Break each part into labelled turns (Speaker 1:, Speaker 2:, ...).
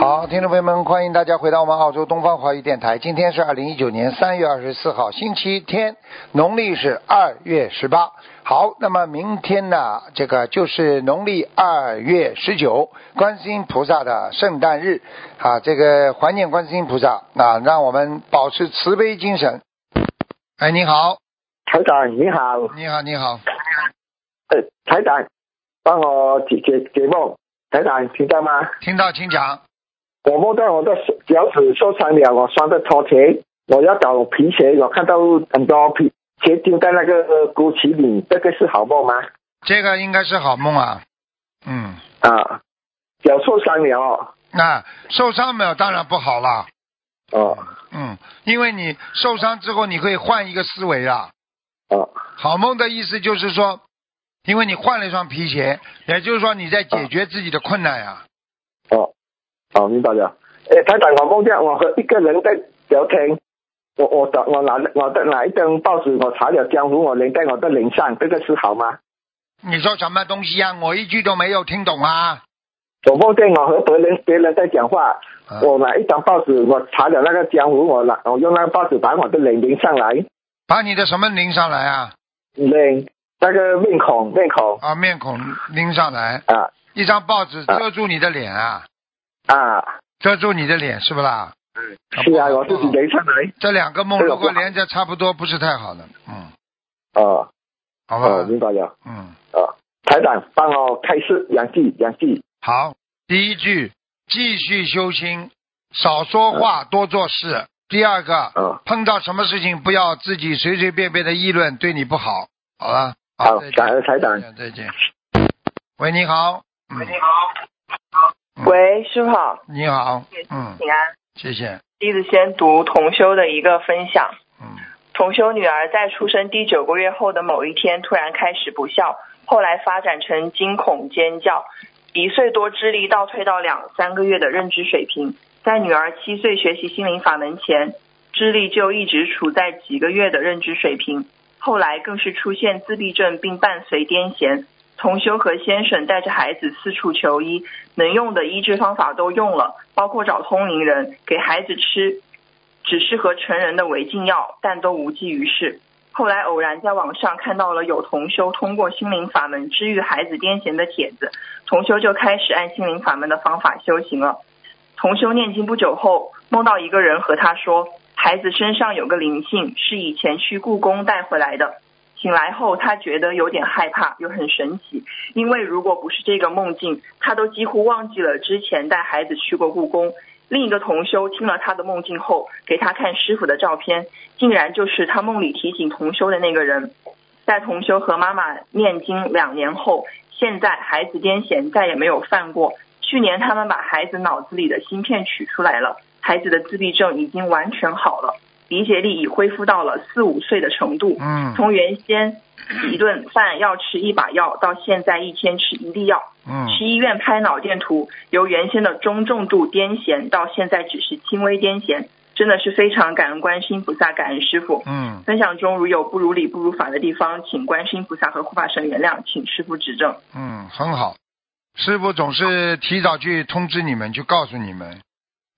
Speaker 1: 好，听众朋友们，欢迎大家回到我们澳洲东方华语电台。今天是二零一九年三月二十四号，星期天，农历是二月十八。好，那么明天呢，这个就是农历二月十九，观世音菩萨的圣诞日啊。这个怀念观世音菩萨啊，让我们保持慈悲精神。哎，你好，
Speaker 2: 台长你好，
Speaker 1: 你好，你好，
Speaker 2: 呃，台长，帮我解解解梦，台长听到吗？
Speaker 1: 听到请讲。
Speaker 2: 我梦到我的手脚趾受伤了，我穿的拖鞋，我要找皮鞋，我看到很多皮鞋丢在那个呃沟渠里，这个是好梦吗？
Speaker 1: 这个应该是好梦啊，嗯，
Speaker 2: 啊，脚受伤了哦，
Speaker 1: 那、受伤没有？当然不好啦。
Speaker 2: 哦
Speaker 1: 嗯，因为你受伤之后，你可以换一个思维啊。
Speaker 2: 哦
Speaker 1: 好梦的意思就是说，因为你换了一双皮鞋，也就是说你在解决自己的困难啊呀、
Speaker 2: 哦哦，明白了。诶，台长，我梦见我和一个人在聊天，我我找我拿我的拿一张报纸，我擦了浆糊，我淋在我的脸上，这个是好吗？
Speaker 1: 你说什么东西呀、我一句都没有听懂啊。
Speaker 2: 我梦见我和别人别人在讲话，
Speaker 1: 啊
Speaker 2: 我拿一张报纸，我擦了那个浆糊，我拿我用那个报纸把我的脸淋上来，
Speaker 1: 把你的什么拎上来啊？
Speaker 2: 脸那个面孔面孔
Speaker 1: 啊，面孔拎上来，
Speaker 2: 啊
Speaker 1: 一张报纸遮住你的脸啊，
Speaker 2: 啊，
Speaker 1: 遮住你的脸是不啦？
Speaker 2: 是啊，
Speaker 1: 不好
Speaker 2: 我自己淋上来，
Speaker 1: 这两个梦
Speaker 2: 这个
Speaker 1: 如果
Speaker 2: 不好
Speaker 1: 连着差不多，不是太好的，嗯，
Speaker 2: 哦
Speaker 1: 好
Speaker 2: 哦，
Speaker 1: 吧，
Speaker 2: 明白了，
Speaker 1: 嗯，
Speaker 2: 哦，台长帮我开始两句两句，
Speaker 1: 好。第一句，继续修心，少说话，多做事。第二个，
Speaker 2: 嗯，
Speaker 1: 碰到什么事情不要自己随随便便的议论，对你不好。好了，
Speaker 2: 好
Speaker 1: 再，见
Speaker 2: 感恩台
Speaker 1: 再，
Speaker 2: 长
Speaker 1: 见再见。喂，你好。喂，你好。
Speaker 3: 喂，师傅好，
Speaker 1: 你好。嗯，
Speaker 3: 平安。
Speaker 1: 谢谢。
Speaker 3: 弟子先读同修的一个分享。
Speaker 1: 嗯，
Speaker 3: 同修女儿在出生第九个月后的某一天突然开始不笑，后来发展成惊恐尖叫，一岁多智力倒退到两三个月的认知水平。在女儿七岁学习心灵法门前，智力就一直处在几个月的认知水平，后来更是出现自闭症并伴随癫痫。同修和先生带着孩子四处求医，能用的医治方法都用了，包括找通灵人，给孩子吃只适合成人的违禁药，但都无济于事。后来偶然在网上看到了有同修通过心灵法门治愈孩子癫痫的帖子，同修就开始按心灵法门的方法修行了。同修念经不久后，梦到一个人和他说，孩子身上有个灵性，是以前去故宫带回来的。醒来后，他觉得有点害怕，又很神奇，因为如果不是这个梦境，他都几乎忘记了之前带孩子去过故宫。另一个同修听了他的梦境后，给他看师傅的照片，竟然就是他梦里提醒同修的那个人。在同修和妈妈念经两年后，现在孩子癫痫再也没有犯过。去年他们把孩子脑子里的芯片取出来了，孩子的自闭症已经完全好了，理解力已恢复到了四五岁的程度。
Speaker 1: 嗯
Speaker 3: 从原先一顿饭要吃一把药，到现在一天吃一粒药。
Speaker 1: 嗯
Speaker 3: 去医院拍脑电图，由原先的中重度癫痫到现在只是轻微癫痫，真的是非常感恩观世音菩萨，感恩师傅。
Speaker 1: 嗯，
Speaker 3: 分享中如有不如理、不如法的地方，请观世音菩萨和护法神原谅，请师傅指正。
Speaker 1: 嗯，很好。师傅总是提早去通知你们，去告诉你们，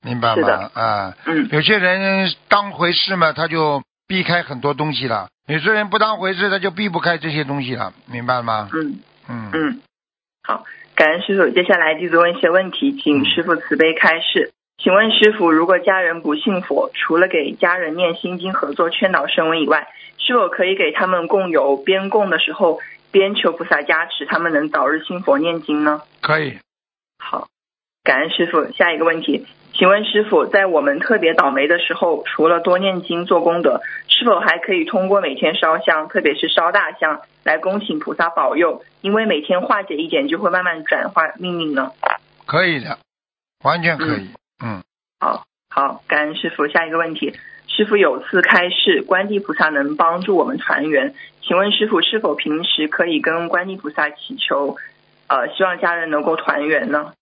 Speaker 1: 明白
Speaker 3: 是
Speaker 1: 吗
Speaker 3: 的？
Speaker 1: 啊，
Speaker 3: 嗯，
Speaker 1: 有些人当回事嘛，他就避开很多东西了；有些人不当回事，他就避不开这些东西了，明白吗？
Speaker 3: 嗯
Speaker 1: 嗯
Speaker 3: 嗯，好，感恩师傅。接下来弟子问一些问题，请师傅慈悲开示。请问师傅，如果家人不信佛，除了给家人念心经合作劝导声闻以外，是否可以给他们供油，边供的时候边求菩萨加持，他们能早日信佛念经呢？
Speaker 1: 可以。
Speaker 3: 好，感恩师傅。下一个问题，请问师傅，在我们特别倒霉的时候，除了多念经做功德，是否还可以通过每天烧香，特别是烧大香，来恭请菩萨保佑？因为每天化解一点，就会慢慢转化命运呢。
Speaker 1: 可以的，完全可以。嗯
Speaker 3: 好，感恩师傅。下一个问题，师傅有次开示，观地菩萨能帮助我们团圆，请问师傅是否平时可以跟观地菩萨祈求，呃，希望家人能够团圆呢？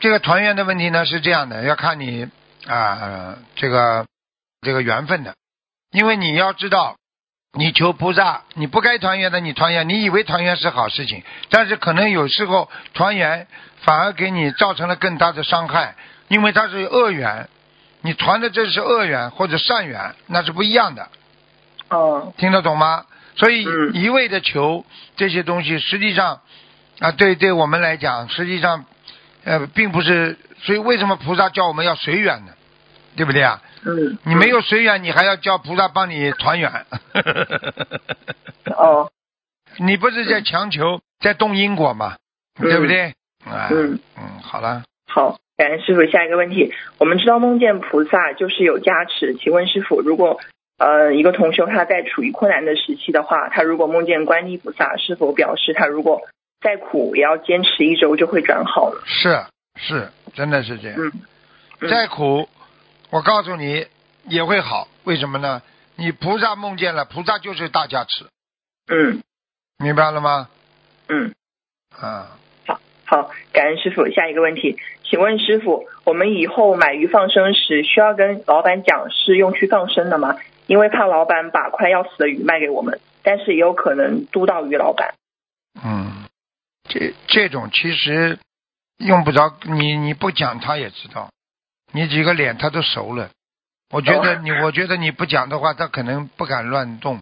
Speaker 1: 这个团圆的问题呢是这样的，要看你啊、呃这个这个缘分的，因为你要知道，你求菩萨，你不该团圆的你团圆，你以为团圆是好事情，但是可能有时候团圆反而给你造成了更大的伤害，因为它是恶缘，你团的这是恶缘或者善缘，那是不一样的，
Speaker 3: 哦，
Speaker 1: 听得懂吗？所以
Speaker 3: 嗯
Speaker 1: 一味的求这些东西，实际上啊，对对我们来讲，实际上呃，并不是。所以为什么菩萨叫我们要随缘呢？对不对啊？
Speaker 3: 嗯，
Speaker 1: 你没有随缘，你还要叫菩萨帮你团 圆，
Speaker 3: 哦，
Speaker 1: 你不是在强求，在动因果嘛？对不对？啊，
Speaker 3: 嗯
Speaker 1: 嗯，好了，
Speaker 3: 好，感恩师傅。下一个问题，我们知道梦见菩萨就是有加持，请问师傅，如果呃一个同修他在处于困难的时期的话，他如果梦见观地菩萨，是否表示他如果再苦也要坚持一周就会转好了？
Speaker 1: 是是，真的是这样。
Speaker 3: 嗯，嗯
Speaker 1: 再苦，我告诉你也会好。为什么呢？你菩萨梦见了，菩萨就是大加持，
Speaker 3: 嗯
Speaker 1: 明白了吗？
Speaker 3: 嗯，
Speaker 1: 啊，
Speaker 3: 好，感恩师傅。下一个问题，请问师傅，我们以后买鱼放生时需要跟老板讲是用去放生的吗？因为怕老板把快要死的鱼卖给我们，但是也有可能督到鱼老板。
Speaker 1: 嗯，这这种其实用不着你，你不讲他也知道，你几个脸他都熟了。我觉得
Speaker 3: 哦
Speaker 1: 你，我觉得你不讲的话，他可能不敢乱动。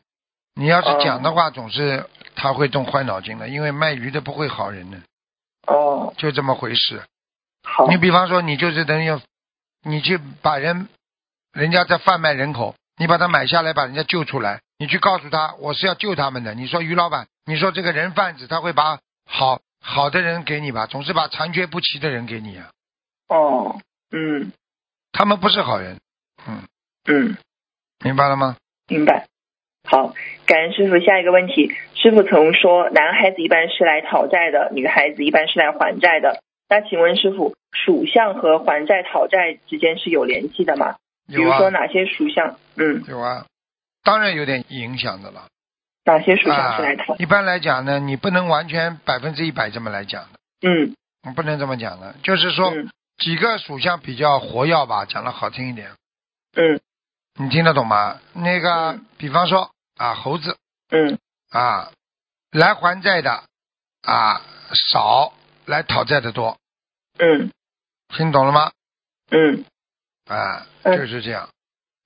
Speaker 1: 你要是讲的话，总是他会动坏脑筋的，因为卖鱼的不会好人的，
Speaker 3: 哦，
Speaker 1: 就这么回事。
Speaker 3: 好，
Speaker 1: 你比方说，你就是等于你去把人人家在贩卖人口，你把他买下来，把人家救出来，你去告诉他我是要救他们的。你说于老板，你说这个人贩子他会把好好的人给你吧，总是把残缺不齐的人给你啊，
Speaker 3: 哦，嗯
Speaker 1: 他们不是好人，
Speaker 3: 嗯，
Speaker 1: 明白了吗？
Speaker 3: 明白。好，感恩师傅。下一个问题，师傅曾说男孩子一般是来讨债的，女孩子一般是来还债的。那请问师傅，属相和还债、讨债之间是有联系的吗？比
Speaker 1: 有
Speaker 3: 如说
Speaker 1: 啊，
Speaker 3: 哪些属相？嗯，
Speaker 1: 有啊，当然有点影响的了。
Speaker 3: 哪些属相
Speaker 1: 啊
Speaker 3: 是来讨？，
Speaker 1: 一般来讲呢，你不能完全百分之一百这么来讲的，
Speaker 3: 嗯
Speaker 1: 你不能这么讲的，就是说
Speaker 3: 嗯
Speaker 1: 几个属相比较活跃吧，讲的好听一点。
Speaker 3: 嗯
Speaker 1: 你听得懂吗？那个
Speaker 3: 嗯，
Speaker 1: 比方说啊，猴子
Speaker 3: 嗯
Speaker 1: 啊，来还债的啊少，来讨债的多，
Speaker 3: 嗯
Speaker 1: 听懂了吗？
Speaker 3: 嗯，
Speaker 1: 啊，
Speaker 3: 嗯
Speaker 1: 就是这样。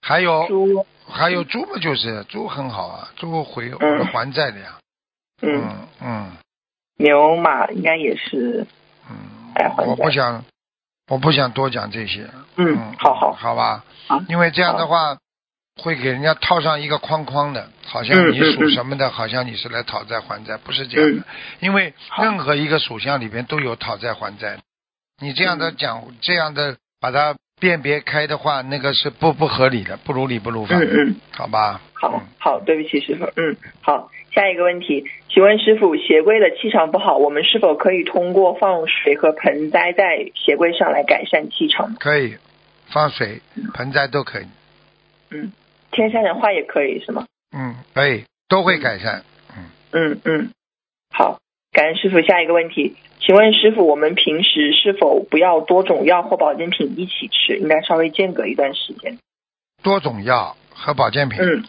Speaker 1: 还有
Speaker 3: 猪，
Speaker 1: 还有猪嘛，就是猪很好啊，猪回
Speaker 3: 嗯
Speaker 1: 还债的呀。
Speaker 3: 嗯，
Speaker 1: 嗯嗯
Speaker 3: 牛马应该也是
Speaker 1: 嗯
Speaker 3: 来还，债
Speaker 1: 我不想我不想多讲这些。
Speaker 3: 嗯，好好
Speaker 1: 好吧
Speaker 3: 好，
Speaker 1: 因为这样的
Speaker 3: 好
Speaker 1: 话会给人家套上一个框框的，好像
Speaker 3: 嗯
Speaker 1: 你
Speaker 3: 嗯
Speaker 1: 属
Speaker 3: 嗯
Speaker 1: 什么的，好像你是来讨债还债，不是这样的，因为
Speaker 3: 好
Speaker 1: 任何一个属相里边都有讨债还债，你这样的
Speaker 3: 嗯
Speaker 1: 讲，这样的把它辨别开的话，那个是不不合理的，不如理不如法
Speaker 3: 嗯
Speaker 1: 的，
Speaker 3: 嗯。
Speaker 1: 好吧？
Speaker 3: 好好，对不起，师傅。嗯，好，下一个问题，请问师傅，鞋柜的气场不好，我们是否可以通过放水和盆栽在鞋柜上来改善气场呢？
Speaker 1: 可以放水、
Speaker 3: 嗯
Speaker 1: 盆栽都可以，
Speaker 3: 天山的话也可以是吗？
Speaker 1: 嗯，可以都会改善。
Speaker 3: 嗯嗯，好，感恩师傅。下一个问题，请问师傅，我们平时是否不要多种药或保健品一起吃，应该稍微间隔一段时间？
Speaker 1: 多种药和保健品，
Speaker 3: 嗯，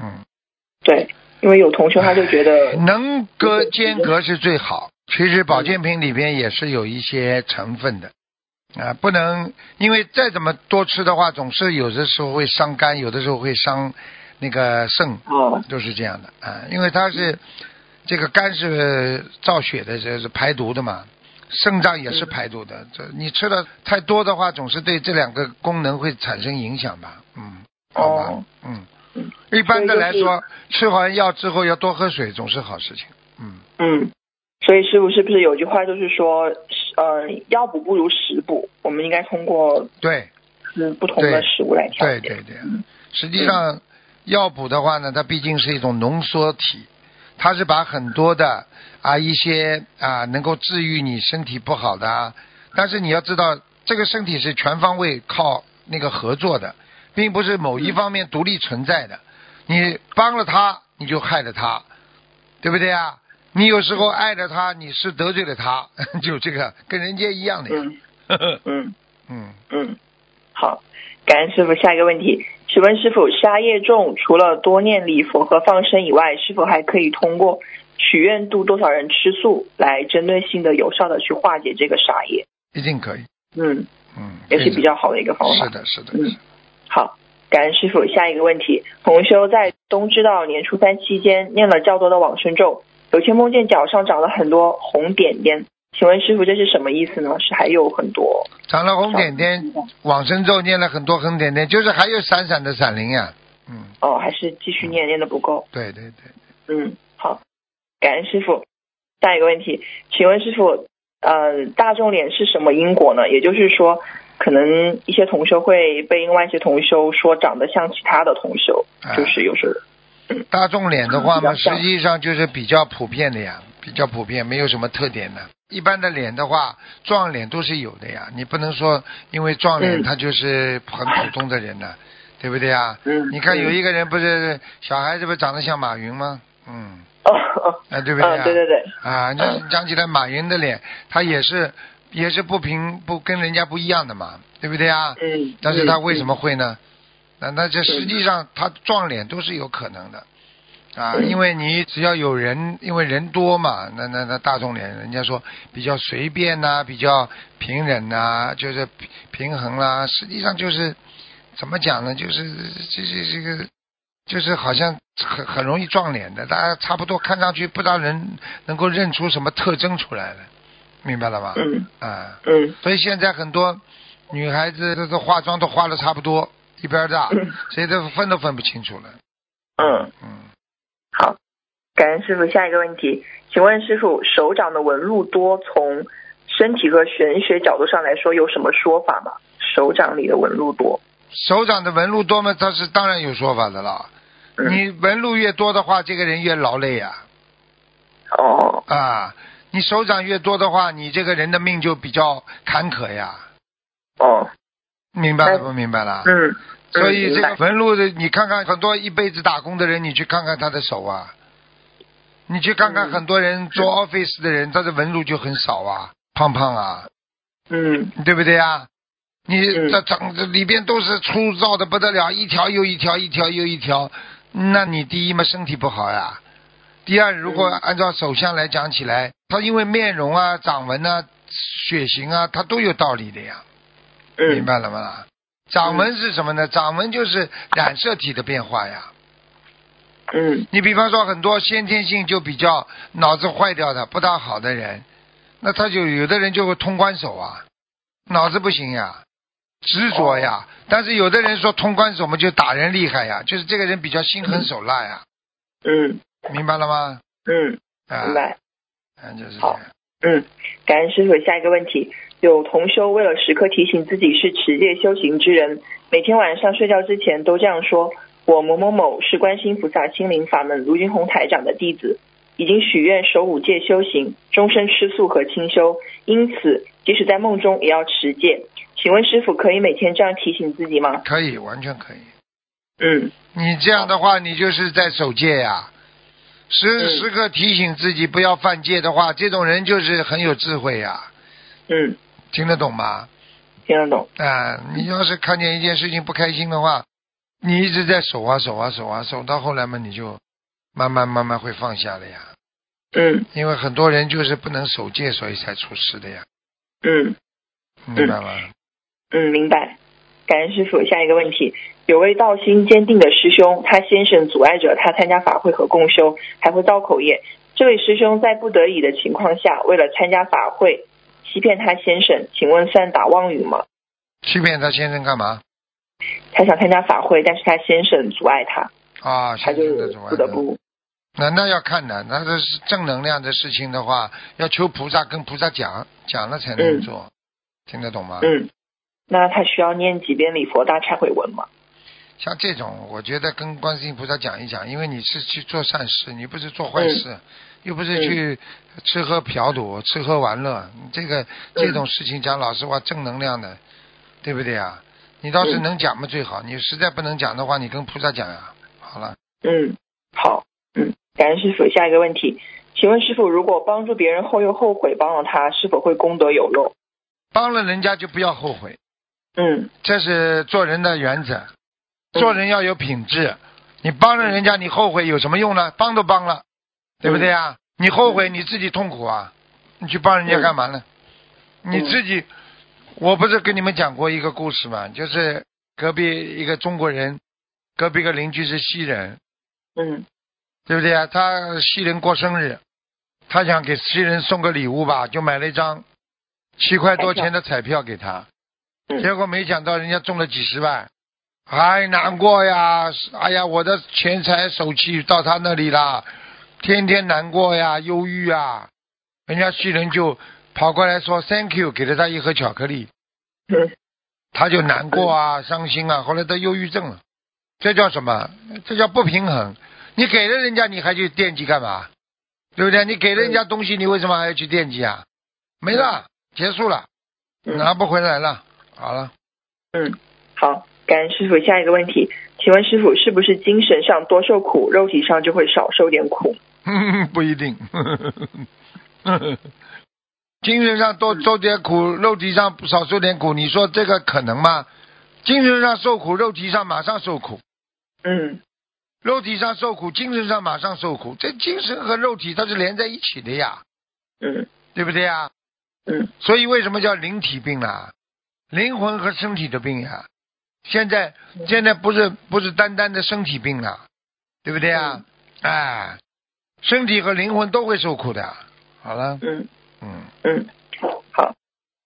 Speaker 1: 嗯
Speaker 3: 对，因为有同学他就觉得，
Speaker 1: 能隔间隔是最好。其实保健品里边也是有一些成分的，啊、不能因为再怎么多吃的话，总是有的时候会伤肝，有的时候会伤那个肾，
Speaker 3: 哦，
Speaker 1: 都是这样的啊、因为它是这个肝是造血的，这是排毒的嘛，肾脏也是排毒的。这你吃的太多的话，总是对这两个功能会产生影响吧？嗯，好吧，
Speaker 3: 哦
Speaker 1: 嗯
Speaker 3: 嗯，
Speaker 1: 一般的来
Speaker 3: 所以就
Speaker 1: 说，吃完药之后要多喝水，总是好事情。嗯，
Speaker 3: 嗯，所以师傅是不是有句话就是说，呃，药补不如食补，我们应该通过
Speaker 1: 对
Speaker 3: 吃不同的食物来调
Speaker 1: 对
Speaker 3: 节。
Speaker 1: 对对
Speaker 3: 嗯，
Speaker 1: 实际上药补的话呢，它毕竟是一种浓缩体。它是把很多的啊一些啊能够治愈你身体不好的啊，但是你要知道，这个身体是全方位靠那个合作的，并不是某一方
Speaker 3: 嗯
Speaker 1: 面独立存在的。你帮了他，你就害了他，对不对啊？你有时候
Speaker 3: 嗯
Speaker 1: 爱着他，你是得罪了他， 就这个跟人家一样的呀。
Speaker 3: 嗯嗯
Speaker 1: 嗯，
Speaker 3: 嗯，好，感恩师傅。下一个问题，请问师傅，杀业重除了多念礼佛和放生以外，是否还可以通过许愿度多少人吃素来针对性的、有效的去化解这个杀业？
Speaker 1: 一定可以。
Speaker 3: 嗯，
Speaker 1: 嗯，
Speaker 3: 也是比较好的一个方法。
Speaker 1: 是的，是的，
Speaker 3: 嗯好，感恩师傅。下一个问题，红修在冬至到年初三期间念了较多的往生咒，有天梦见脚上长了很多红点点，请问师傅这是什么意思呢？是还有很多
Speaker 1: 长了红点点，往生咒念了很多红点点，就是还有闪闪的闪灵呀、嗯，
Speaker 3: 哦，还是继续念念的不够？
Speaker 1: 对对对，
Speaker 3: 嗯，好，感恩师傅。下一个问题，请问师傅，呃，大众脸是什么因果呢？也就是说，可能一些同修会被另外一些同修说长得像其他的同修，
Speaker 1: 啊
Speaker 3: 就是有时候
Speaker 1: 大众脸的话嘛，
Speaker 3: 比较像
Speaker 1: 实际上就是比较普遍的呀，比较普遍，没有什么特点的。一般的脸的话，撞脸都是有的呀，你不能说因为撞脸
Speaker 3: 嗯
Speaker 1: 他就是很普通的人呢，对不对啊？
Speaker 3: 嗯
Speaker 1: 你看有
Speaker 3: 嗯
Speaker 1: 一个人不是小孩子不长得像马云吗？嗯，
Speaker 3: 哦， 哦
Speaker 1: 啊对不对
Speaker 3: 嗯，
Speaker 1: 啊？
Speaker 3: 对对对，
Speaker 1: 啊，你
Speaker 3: 嗯
Speaker 1: 讲起来马云的脸，他也是也是不平不跟人家不一样的嘛，对不对啊？
Speaker 3: 嗯，
Speaker 1: 但是他为
Speaker 3: 么？
Speaker 1: 什么会呢？那那这实际上他撞脸都是有可能的啊，
Speaker 3: 嗯
Speaker 1: 因为你只要有人，因为人多嘛，那那那大众脸，人家说比较随便呐、比较平忍呐、就是平平衡啦、实际上就是怎么讲呢？就是这这这个。就是好像很很容易撞脸的，大家差不多看上去不让人能够认出什么特征出来了，明白了吧？
Speaker 3: 嗯
Speaker 1: 啊，
Speaker 3: 嗯
Speaker 1: 所以现在很多女孩子这个化妆都化的差不多，一边儿大，
Speaker 3: 嗯
Speaker 1: 谁都分都分不清楚了。
Speaker 3: 嗯，
Speaker 1: 嗯，
Speaker 3: 好，感恩师傅。下一个问题，请问师傅，手掌的纹路多，从身体和玄学角度上来说，有什么说法吗？手掌里的纹路多，
Speaker 1: 手掌的纹路多嘛，它是当然有说法的了。
Speaker 3: 嗯
Speaker 1: 你纹路越多的话，这个人越劳累呀、
Speaker 3: 哦，
Speaker 1: 啊。你手掌越多的话，你这个人的命就比较坎坷呀，
Speaker 3: 哦，
Speaker 1: 明白了
Speaker 3: 嗯
Speaker 1: 不明白了？
Speaker 3: 嗯，
Speaker 1: 所以这个
Speaker 3: 嗯明白
Speaker 1: 纹路的，你看看很多一辈子打工的人，你去看看他的手啊，你去看看
Speaker 3: 嗯
Speaker 1: 很多人做 office 的人，他的纹路就很少啊，胖胖啊，
Speaker 3: 嗯
Speaker 1: 对不对啊？你
Speaker 3: 嗯
Speaker 1: 这整这里边都是粗糙的不得了，一条又一条，一条又一条，那你第一嘛身体不好呀，第二如果
Speaker 3: 嗯
Speaker 1: 按照手相来讲起来，他因为面容啊、掌纹啊、血型啊，它都有道理的呀，明
Speaker 3: 嗯
Speaker 1: 白了吗啦？掌纹是什么呢？掌纹就是染色体的变化呀。
Speaker 3: 嗯
Speaker 1: 你比方说很多先天性就比较脑子坏掉的、不大好的人，那他就有的人就会通关手啊，脑子不行呀，执着
Speaker 3: 哦
Speaker 1: 呀。但是有的人说通关手嘛，就打人厉害呀，就是这个人比较心狠手辣呀，
Speaker 3: 嗯
Speaker 1: 明白了吗？
Speaker 3: 嗯，
Speaker 1: 啊，
Speaker 3: 明白。
Speaker 1: 嗯，就是这
Speaker 3: 好
Speaker 1: 样。
Speaker 3: 嗯，感恩师傅。下一个问题，有同修为了时刻提醒自己是持戒修行之人，每天晚上睡觉之前都这样说：“我某某某是观世音菩萨心灵法门卢军红台长的弟子，已经许愿守五戒修行，终身吃素和清修，因此即使在梦中也要持戒。”请问师傅可以每天这样提醒自己吗？
Speaker 1: 可以，完全可以。
Speaker 3: 嗯
Speaker 1: 你这样的话，你就是在守戒呀。时
Speaker 3: 嗯
Speaker 1: 时刻提醒自己不要犯戒的话，这种人就是很有智慧呀，
Speaker 3: 嗯，
Speaker 1: 听得懂吗？
Speaker 3: 听得懂。
Speaker 1: 啊，你要是看见一件事情不开心的话，你一直在守啊守啊守啊守，到后来嘛，你就慢慢慢慢会放下了呀。
Speaker 3: 嗯
Speaker 1: 因为很多人就是不能守戒，所以才出事的呀，
Speaker 3: 嗯。
Speaker 1: 明白吗？
Speaker 3: 嗯，明白。感恩师傅。下一个问题，有位道心坚定的师兄，他先生阻碍着他参加法会和共修，还会造口业。这位师兄在不得已的情况下，为了参加法会，欺骗他先生，请问算打妄语吗？
Speaker 1: 欺骗他先生干嘛？
Speaker 3: 他想参加法会，但是他先生阻碍他，
Speaker 1: 啊，
Speaker 3: 他
Speaker 1: 先
Speaker 3: 就
Speaker 1: 生的阻碍
Speaker 3: 不得不
Speaker 1: 那那要看的，那这是正能量的事情的话，要求菩萨跟菩萨讲，讲了才能
Speaker 3: 嗯
Speaker 1: 做，听得懂吗？
Speaker 3: 嗯。那他需要念几遍礼佛大忏悔文吗？
Speaker 1: 像这种，我觉得跟观世音菩萨讲一讲，因为你是去做善事，你不是做坏事，又不是去吃喝嫖赌、吃喝玩乐，这个这种事情讲老实话，正能量的，对不对啊？你倒是能讲嘛最好，你实在不能讲的话，你跟菩萨讲呀、好了，
Speaker 3: 嗯，好，嗯，感恩师傅。下一个问题，请问师傅，如果帮助别人后又后悔帮了他，是否会功德有漏？
Speaker 1: 帮了人家就不要后悔，
Speaker 3: 嗯
Speaker 1: 这是做人的原则。做人要有品质，你帮了人家，你后悔有什么用呢？帮都帮了，对不对啊？你后悔你自己痛苦啊，你去帮人家干嘛呢？
Speaker 3: 嗯
Speaker 1: 你自己，我不是跟你们讲过一个故事嘛，就是隔壁一个中国人，隔壁一个邻居是西人，
Speaker 3: 嗯
Speaker 1: 对不对啊？他西人过生日，他想给西人送个礼物吧，就买了一张七块多钱的彩票给他，
Speaker 3: 嗯
Speaker 1: 结果没想到人家中了几十万，哎，难过呀！哎呀，我的钱财手气到他那里啦，天天难过呀，忧郁啊。人家西人就跑过来说 “thank you”，给了他一盒巧克力，
Speaker 3: 嗯
Speaker 1: 他就难过啊、伤心啊，后来得忧郁症了。这叫什么？这叫不平衡。你给了人家，你还去惦记干嘛？对不对？你给了人家东西，你为什么还要去惦记啊？没了，结束了，拿
Speaker 3: 嗯
Speaker 1: 不回来了。好了，
Speaker 3: 嗯，好，感恩师傅。下一个问题，请问师傅，是不是精神上多受苦，肉体上就会少受点苦？
Speaker 1: 不一定。 精神上多受点苦，肉体上少受点苦，你说这个可能吗？精神上受苦，肉体上马上受苦。
Speaker 3: 嗯
Speaker 1: 肉体上受苦，精神上马上受苦，这精神和肉体它是连在一起的呀，
Speaker 3: 嗯
Speaker 1: 对不对呀？
Speaker 3: 嗯
Speaker 1: 所以为什么叫灵体病啊？灵魂和身体的病呀、现在现在不是不是单单的身体病了、对不对呀？哎，身体和灵魂都会受苦的。好了，
Speaker 3: 嗯
Speaker 1: 嗯，
Speaker 3: 嗯，好，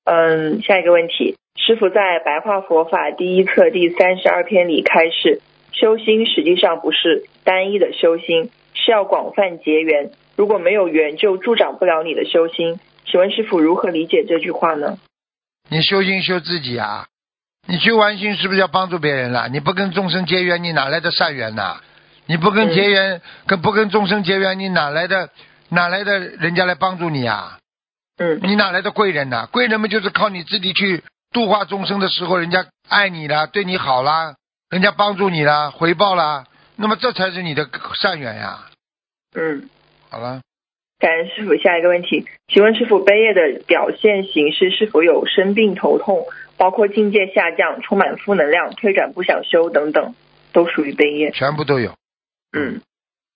Speaker 3: 嗯，下一个问题，师傅在《白话佛法》第一课第三十二篇里开示，修心实际上不是单一的修心，是要广泛结缘。如果没有缘，就助长不了你的修心。请问师傅如何理解这句话呢？
Speaker 1: 你修心修自己啊，你修完心是不是要帮助别人啦？你不跟众生结缘，你哪来的善缘呐、你不跟结缘，跟不跟众生结缘，你哪来的哪来的人家来帮助你啊？
Speaker 3: 嗯
Speaker 1: 你哪来的贵人呐、贵人们就是靠你自己去度化众生的时候，人家爱你啦，对你好啦，人家帮助你啦，回报啦，那么这才是你的善缘呀、
Speaker 3: 嗯，
Speaker 1: 好了，
Speaker 3: 感恩师傅。下一个问题，请问师傅，悲业的表现形式是否有生病、头痛，包括境界下降、充满负能量、推转不想修等等，都属于悲业？
Speaker 1: 全部都有。
Speaker 3: 嗯，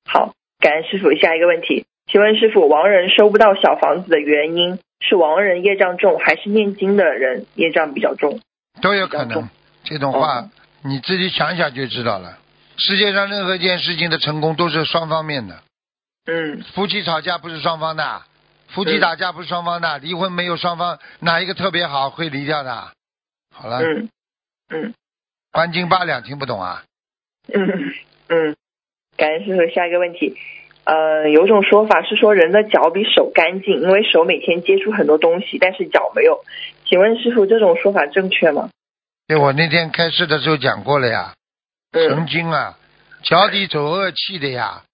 Speaker 3: 好，感恩师傅。下一个问题，请问师傅，亡人收不到小房子的原因是亡人业障重，还是念经的人业障比较重？
Speaker 1: 都有可
Speaker 3: 比较重
Speaker 1: 能。这种话、
Speaker 3: 嗯
Speaker 1: 你自己想想就知道了。世界上任何一件事情的成功都是双方面的，
Speaker 3: 嗯
Speaker 1: 夫妻吵架不是双方的，啊夫妻
Speaker 3: 嗯
Speaker 1: 打架不是双方的，啊离婚没有双方哪一个特别好会离掉的。啊好了，
Speaker 3: 嗯嗯
Speaker 1: 半斤八两听不懂啊？
Speaker 3: 嗯 嗯，感恩师傅。下一个问题，呃，有种说法是说人的脚比手干净，因为手每天接触很多东西，但是脚没有。请问师傅，这种说法正确吗？
Speaker 1: 对，哎我那天开示的时候讲过了呀，神
Speaker 3: 嗯，
Speaker 1: 经啊，脚底走恶气的呀，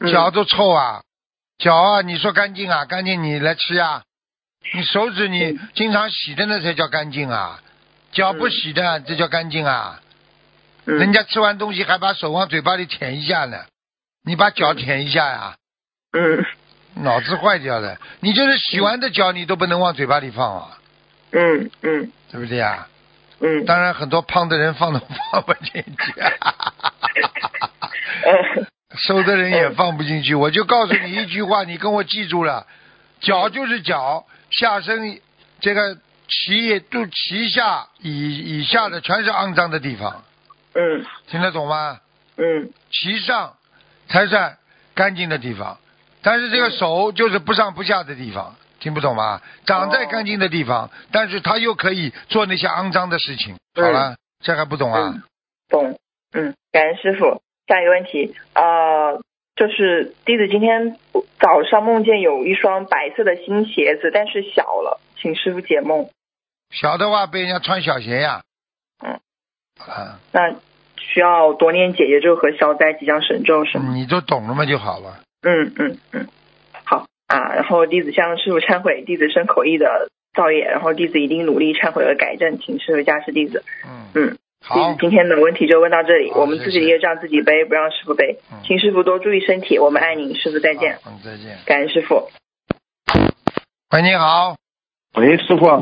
Speaker 3: 嗯
Speaker 1: 脚都臭啊，脚啊，你说干净啊？干净你来吃啊？你手指你
Speaker 3: 嗯
Speaker 1: 经常洗的那才叫干净啊，脚不洗的这叫干净啊？
Speaker 3: 嗯
Speaker 1: 人家吃完东西还把手往嘴巴里舔一下呢，你把脚舔一下呀、
Speaker 3: 嗯
Speaker 1: 脑子坏掉了。你就是洗完的脚你都不能往嘴巴里放啊，
Speaker 3: 嗯嗯
Speaker 1: 对不对呀、
Speaker 3: 嗯
Speaker 1: 当然很多胖的人放都 放不进去、啊
Speaker 3: 嗯
Speaker 1: 瘦的人也放不进去。我就告诉你一句话，你跟我记住 了，脚就是脚，下身这个脐肚脐下以以下的全是肮脏的地方，
Speaker 3: 嗯
Speaker 1: 听得懂吗？
Speaker 3: 嗯
Speaker 1: 脐上才算干净的地方，但是这个手就是不上不下的地方，听不懂吗？长在干净的地方，但是他又可以做那些肮脏的事情。好了，这还不懂啊？
Speaker 3: 嗯懂，嗯，感恩师傅。下一个问题，呃，就是弟子今天早上梦见有一双白色的新鞋子，但是小了，请师傅解梦。
Speaker 1: 小的话被人家穿小鞋呀。
Speaker 3: 嗯。
Speaker 1: 啊，
Speaker 3: 那需要多念姐姐咒和消灾吉祥神咒是吗？
Speaker 1: 你都懂了嘛就好了。
Speaker 3: 嗯嗯嗯嗯，好啊。然后弟子向师傅忏悔弟子身口意的造业，然后弟子一定努力忏悔和改正，请师傅加持弟子。
Speaker 1: 嗯，
Speaker 3: 嗯，弟
Speaker 1: 好
Speaker 3: 子，今天的问题就问到这里，
Speaker 1: 好
Speaker 3: 我们自己
Speaker 1: 谢
Speaker 3: 的
Speaker 1: 谢
Speaker 3: 业障自己背，不让师傅背
Speaker 1: 嗯。
Speaker 3: 请师傅多注意身体，我们爱您，师傅再见，
Speaker 1: 好嗯，再见。
Speaker 3: 感恩师傅。
Speaker 1: 喂，你好，
Speaker 4: 喂，师傅啊，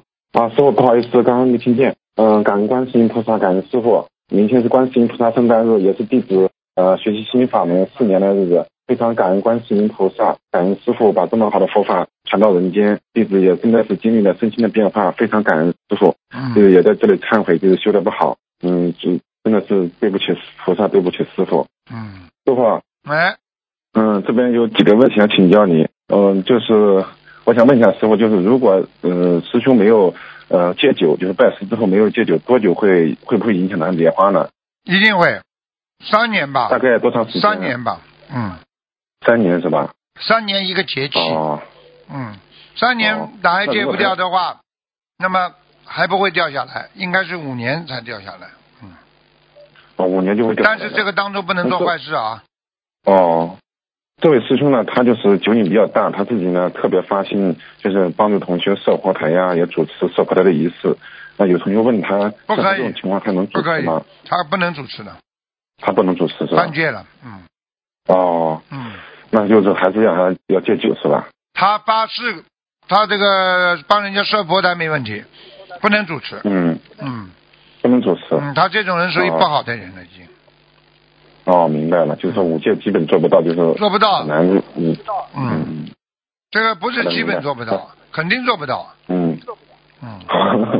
Speaker 4: 师傅不好意思，刚刚没听见。嗯、感恩观世音菩萨，感恩师傅。明天是观世音菩萨圣诞日，也是弟子呃学习心法门四年的日子，非常感恩观世音菩萨，感恩师傅把这么好的佛法传到人间，弟子也真的是经历了身心的变化，非常感恩师傅，就
Speaker 1: 嗯，
Speaker 4: 是也在这里忏悔，就是修的不好，嗯，就真的是对不起菩萨，对不起师傅，
Speaker 1: 嗯，
Speaker 4: 师傅啊。
Speaker 1: 喂，
Speaker 4: 嗯，这边有几个问题想请教你。嗯，就是我想问一下师傅，就是如果呃师兄没有呃戒酒，就是拜师之后没有戒酒，多久会会不会影响他莲花呢？
Speaker 1: 一定会，三年吧
Speaker 4: 大，概多长时间？啊
Speaker 1: 三。年吧，嗯，
Speaker 4: 三年是吧？
Speaker 1: 三年一个节气，
Speaker 4: 哦，
Speaker 1: 嗯，三
Speaker 4: 哦
Speaker 1: 年打还
Speaker 4: 那
Speaker 1: 戒
Speaker 4: 如果
Speaker 1: 不掉的话，那么还不会掉下来，应该是五年才掉下来。
Speaker 4: 哦，五年就会掉下来
Speaker 1: 但
Speaker 4: 了。
Speaker 1: 是这个当中不能做坏事啊，
Speaker 4: 哦，这位师兄呢，他就是酒瘾比较大，他自己呢特别发心，就是帮助同学设佛台呀、也主持设佛台的仪式。那有同学问他，
Speaker 1: 不可以
Speaker 4: 像这种情况他能主
Speaker 1: 不可
Speaker 4: 持
Speaker 1: 以
Speaker 4: 吗？
Speaker 1: 他不能主持的，
Speaker 4: 他不能主持是吧
Speaker 1: 犯？戒了。嗯
Speaker 4: 哦，
Speaker 1: 嗯，
Speaker 4: 那就是还是要要戒酒是吧？
Speaker 1: 他发誓，他这个帮人家设佛台没问题，不能主持。
Speaker 4: 嗯，
Speaker 1: 嗯
Speaker 4: 不能主持。
Speaker 1: 嗯，他这种人属于
Speaker 4: 哦
Speaker 1: 不好的人了，已经
Speaker 4: 哦，明白了，就是说五戒基本做不到，就是
Speaker 1: 做不到
Speaker 4: 很。难。嗯
Speaker 1: 嗯，
Speaker 4: 嗯
Speaker 1: 这个不是基本做不到，肯定做不到。
Speaker 4: 嗯，
Speaker 1: 嗯，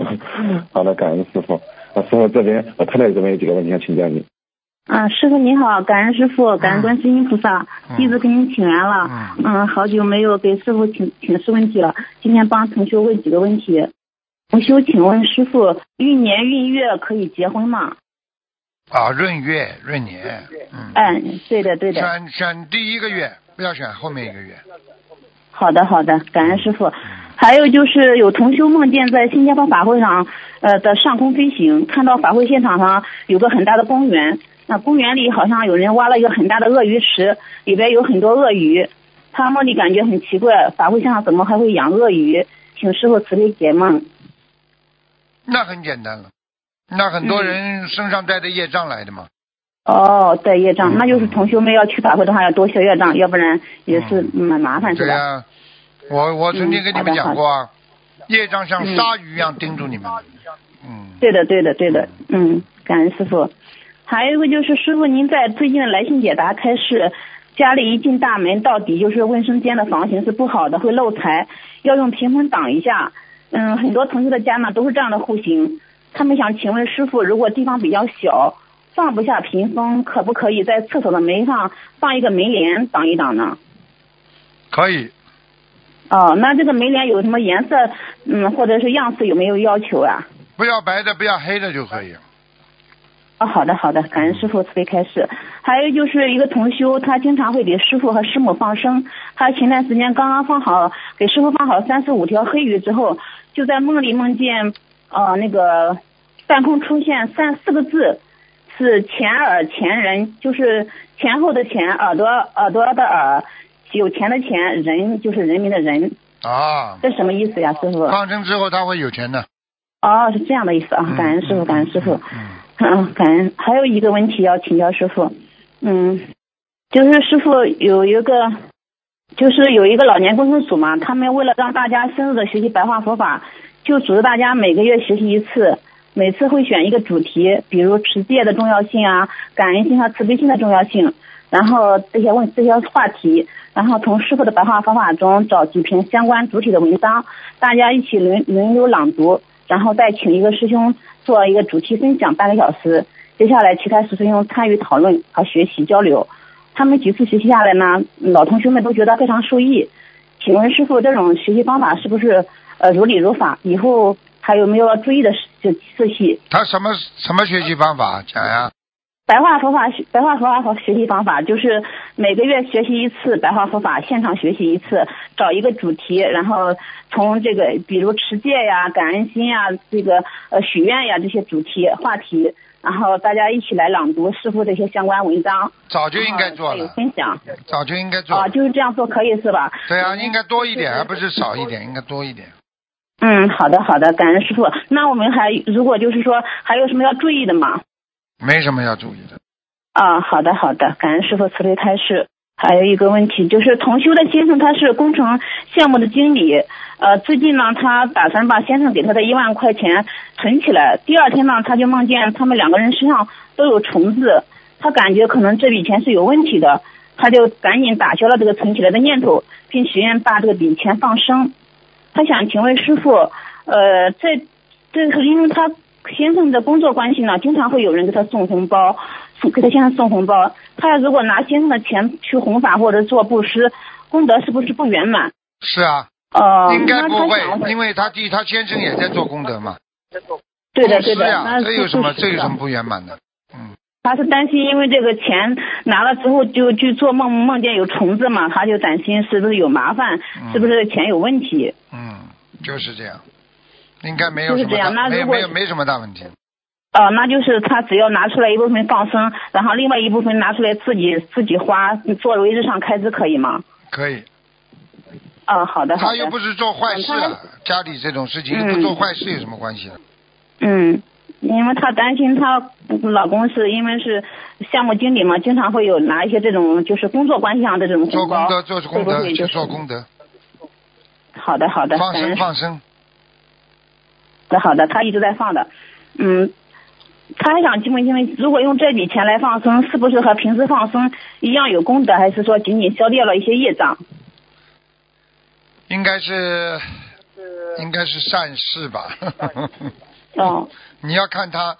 Speaker 4: 好的，感恩师傅。啊，师傅这边，我太太这边有几个问题要请教你。
Speaker 5: 啊，师傅您好，感恩师傅，
Speaker 1: 嗯
Speaker 5: 感恩观世音菩萨，
Speaker 1: 嗯
Speaker 5: 弟子给您请安了。
Speaker 1: 嗯
Speaker 5: 嗯，好久没有给师傅请请示问题了，今天帮同学问几个问题。同修，请问师傅，闰年闰月可以结婚吗？
Speaker 1: 啊，闰月闰年，嗯，
Speaker 5: 哎，对的，对的。
Speaker 1: 选选第一个月，不要选后面一个月。
Speaker 5: 好的，好的，感恩师
Speaker 1: 嗯
Speaker 5: 傅。还有就是有同修梦见在新加坡法会上，呃的上空飞行，看到法会现场上有个很大的公园，那公园里好像有人挖了一个很大的鳄鱼池，里边有很多鳄鱼。他梦里感觉很奇怪，法会现场怎么还会养鳄鱼？请师傅慈悲解梦。
Speaker 1: 那很简单了，那很多人身上带着业障来的嘛。
Speaker 5: 哦，带业
Speaker 1: 嗯
Speaker 5: 障，那就是同修们要去法会的话，要多消业障，要不然也是蛮麻烦，是
Speaker 1: 嗯对啊
Speaker 5: 吧？
Speaker 1: 呀、我我曾经跟你们
Speaker 5: 嗯好的
Speaker 1: 讲过啊，业障像
Speaker 5: 嗯
Speaker 1: 鲨鱼一样盯住你们的。嗯，
Speaker 5: 对的，对的，对的，嗯，感恩师傅。还有一个就是师傅，您在最近的来信解答开示，家里一进大门到底就是卫生间的房型是不好的，会漏财，要用屏风挡一下。嗯，很多同学的家呢都是这样的户型，他们想请问师傅，如果地方比较小，放不下屏风，可不可以在厕所的门上放一个门帘挡一挡呢？
Speaker 1: 可以，
Speaker 5: 哦，那这个门帘有什么颜色，嗯，或者是样式有没有要求啊？
Speaker 1: 不要白的，不要黑的就可以。
Speaker 5: 哦，好的好的，感恩师傅慈悲开示。还有就是一个同修，他经常会给师傅和师母放生。他前段时间刚刚放好给师傅放好三十五条黑鱼之后，就在梦里梦见，呃，那个半空出现三四个字，是前耳前人，就是前后的前，耳朵耳朵的耳，有钱的钱，人就是人民的人，
Speaker 1: 啊，
Speaker 5: 这什么意思呀，师傅？
Speaker 1: 放生之后他会有钱的。
Speaker 5: 哦，是这样的意思啊
Speaker 1: 嗯，
Speaker 5: 感恩师傅，感恩师傅。
Speaker 1: 嗯，
Speaker 5: 嗯，感恩。还有一个问题要请教师傅，嗯，就是师傅有一个，就是有一个老年工程组嘛，他们为了让大家深入的学习白话佛法，就组织大家每个月学习一次，每次会选一个主题，比如持戒的重要性啊、感恩心和慈悲心的重要性，然后这些问这些话题，然后从师傅的白话佛法中找几篇相关主体的文章，大家一起轮轮流朗读，然后再请一个师兄做一个主题分享半个小时，接下来其他师兄参与讨论和学习交流。他们几次学习下来呢，老同学们都觉得非常受益。请问师傅，这种学习方法是不是呃如理如法？以后还有没有要注意的事就事情？
Speaker 1: 他什么什么学习方法讲呀？
Speaker 5: 白话佛法学白话佛法学习方法就是每个月学习一次白话佛法，现场学习一次，找一个主题，然后从这个比如持戒呀、感恩心呀、这个呃许愿呀这些主题话题，然后大家一起来朗读师傅这些相关文章，
Speaker 1: 早就应该
Speaker 5: 然后
Speaker 1: 做
Speaker 5: 再有
Speaker 1: 了，
Speaker 5: 分享
Speaker 1: 早就应该做
Speaker 5: 啊，嗯
Speaker 1: 了。
Speaker 5: 就是这样做可以是吧？
Speaker 1: 对啊，应该多一点，而不是少一点，应该多一点。
Speaker 5: 嗯，好的好的，感恩师傅。那我们还如果就是说还有什么要注意的吗？
Speaker 1: 没什么要注意的。
Speaker 5: 啊，好的好的，感恩师傅慈悲开示。还有一个问题就是，同修的先生他是工程项目的经理，呃，最近呢，他打算把先生给他的一万块钱存起来。第二天呢，他就梦见他们两个人身上都有虫子，他感觉可能这笔钱是有问题的，他就赶紧打消了这个存起来的念头，并许愿把这个笔钱放生。他想请问师傅，呃，这这个因为他先生的工作关系呢，经常会有人给他送红包，送给他先生送红包。他如果拿先生的钱去弘法或者做布施，功德是不是不圆满？
Speaker 1: 是啊，
Speaker 5: 呃，
Speaker 1: 应该
Speaker 5: 那
Speaker 1: 不
Speaker 5: 他想
Speaker 1: 会，因为他第他先生也在做功德嘛，
Speaker 5: 对的对
Speaker 1: 是
Speaker 5: 的，
Speaker 1: 呀，
Speaker 5: 那
Speaker 1: 这有什么
Speaker 5: 是
Speaker 1: 这有什么
Speaker 5: 的
Speaker 1: 不圆满的？
Speaker 5: 他是担心因为这个钱拿了之后就去做梦，梦见有虫子嘛，他就担心是不是有麻烦，
Speaker 1: 嗯
Speaker 5: 是不是钱有问题？
Speaker 1: 嗯，就是这样，应该没有
Speaker 5: 就是
Speaker 1: 什么
Speaker 5: 这样
Speaker 1: 大
Speaker 5: 那
Speaker 1: 没有
Speaker 5: 如果
Speaker 1: 没有没什么大问题。
Speaker 5: 呃，那就是他只要拿出来一部分放生，然后另外一部分拿出来自己自己花，作为日常开支可以吗？
Speaker 1: 可以，
Speaker 5: 啊，好的，好
Speaker 1: 他又
Speaker 5: 的
Speaker 1: 不，是做坏事、
Speaker 5: 嗯
Speaker 1: 啊，家里这种事情又不
Speaker 5: 嗯
Speaker 1: 做坏事有什么关系呢？
Speaker 5: 嗯，因为她担心她老公是因为是项目经理嘛，经常会有拿一些这种就是工作关系上的这种
Speaker 1: 做
Speaker 5: 红
Speaker 1: 功
Speaker 5: 包
Speaker 1: 德，做功
Speaker 5: 会不
Speaker 1: 德
Speaker 5: 会
Speaker 1: 去
Speaker 5: 就是
Speaker 1: 做功德，
Speaker 5: 好的好的，
Speaker 1: 放
Speaker 5: 感恩
Speaker 1: 生放生，
Speaker 5: 好的好的，他一直在放的，嗯，他还想请问，因为如果用这笔钱来放生，是不是和平时放生一样有功德，还是说仅仅消掉了一些业障？
Speaker 1: 应该是应该是善事吧。
Speaker 5: 哦，
Speaker 1: 你要看他，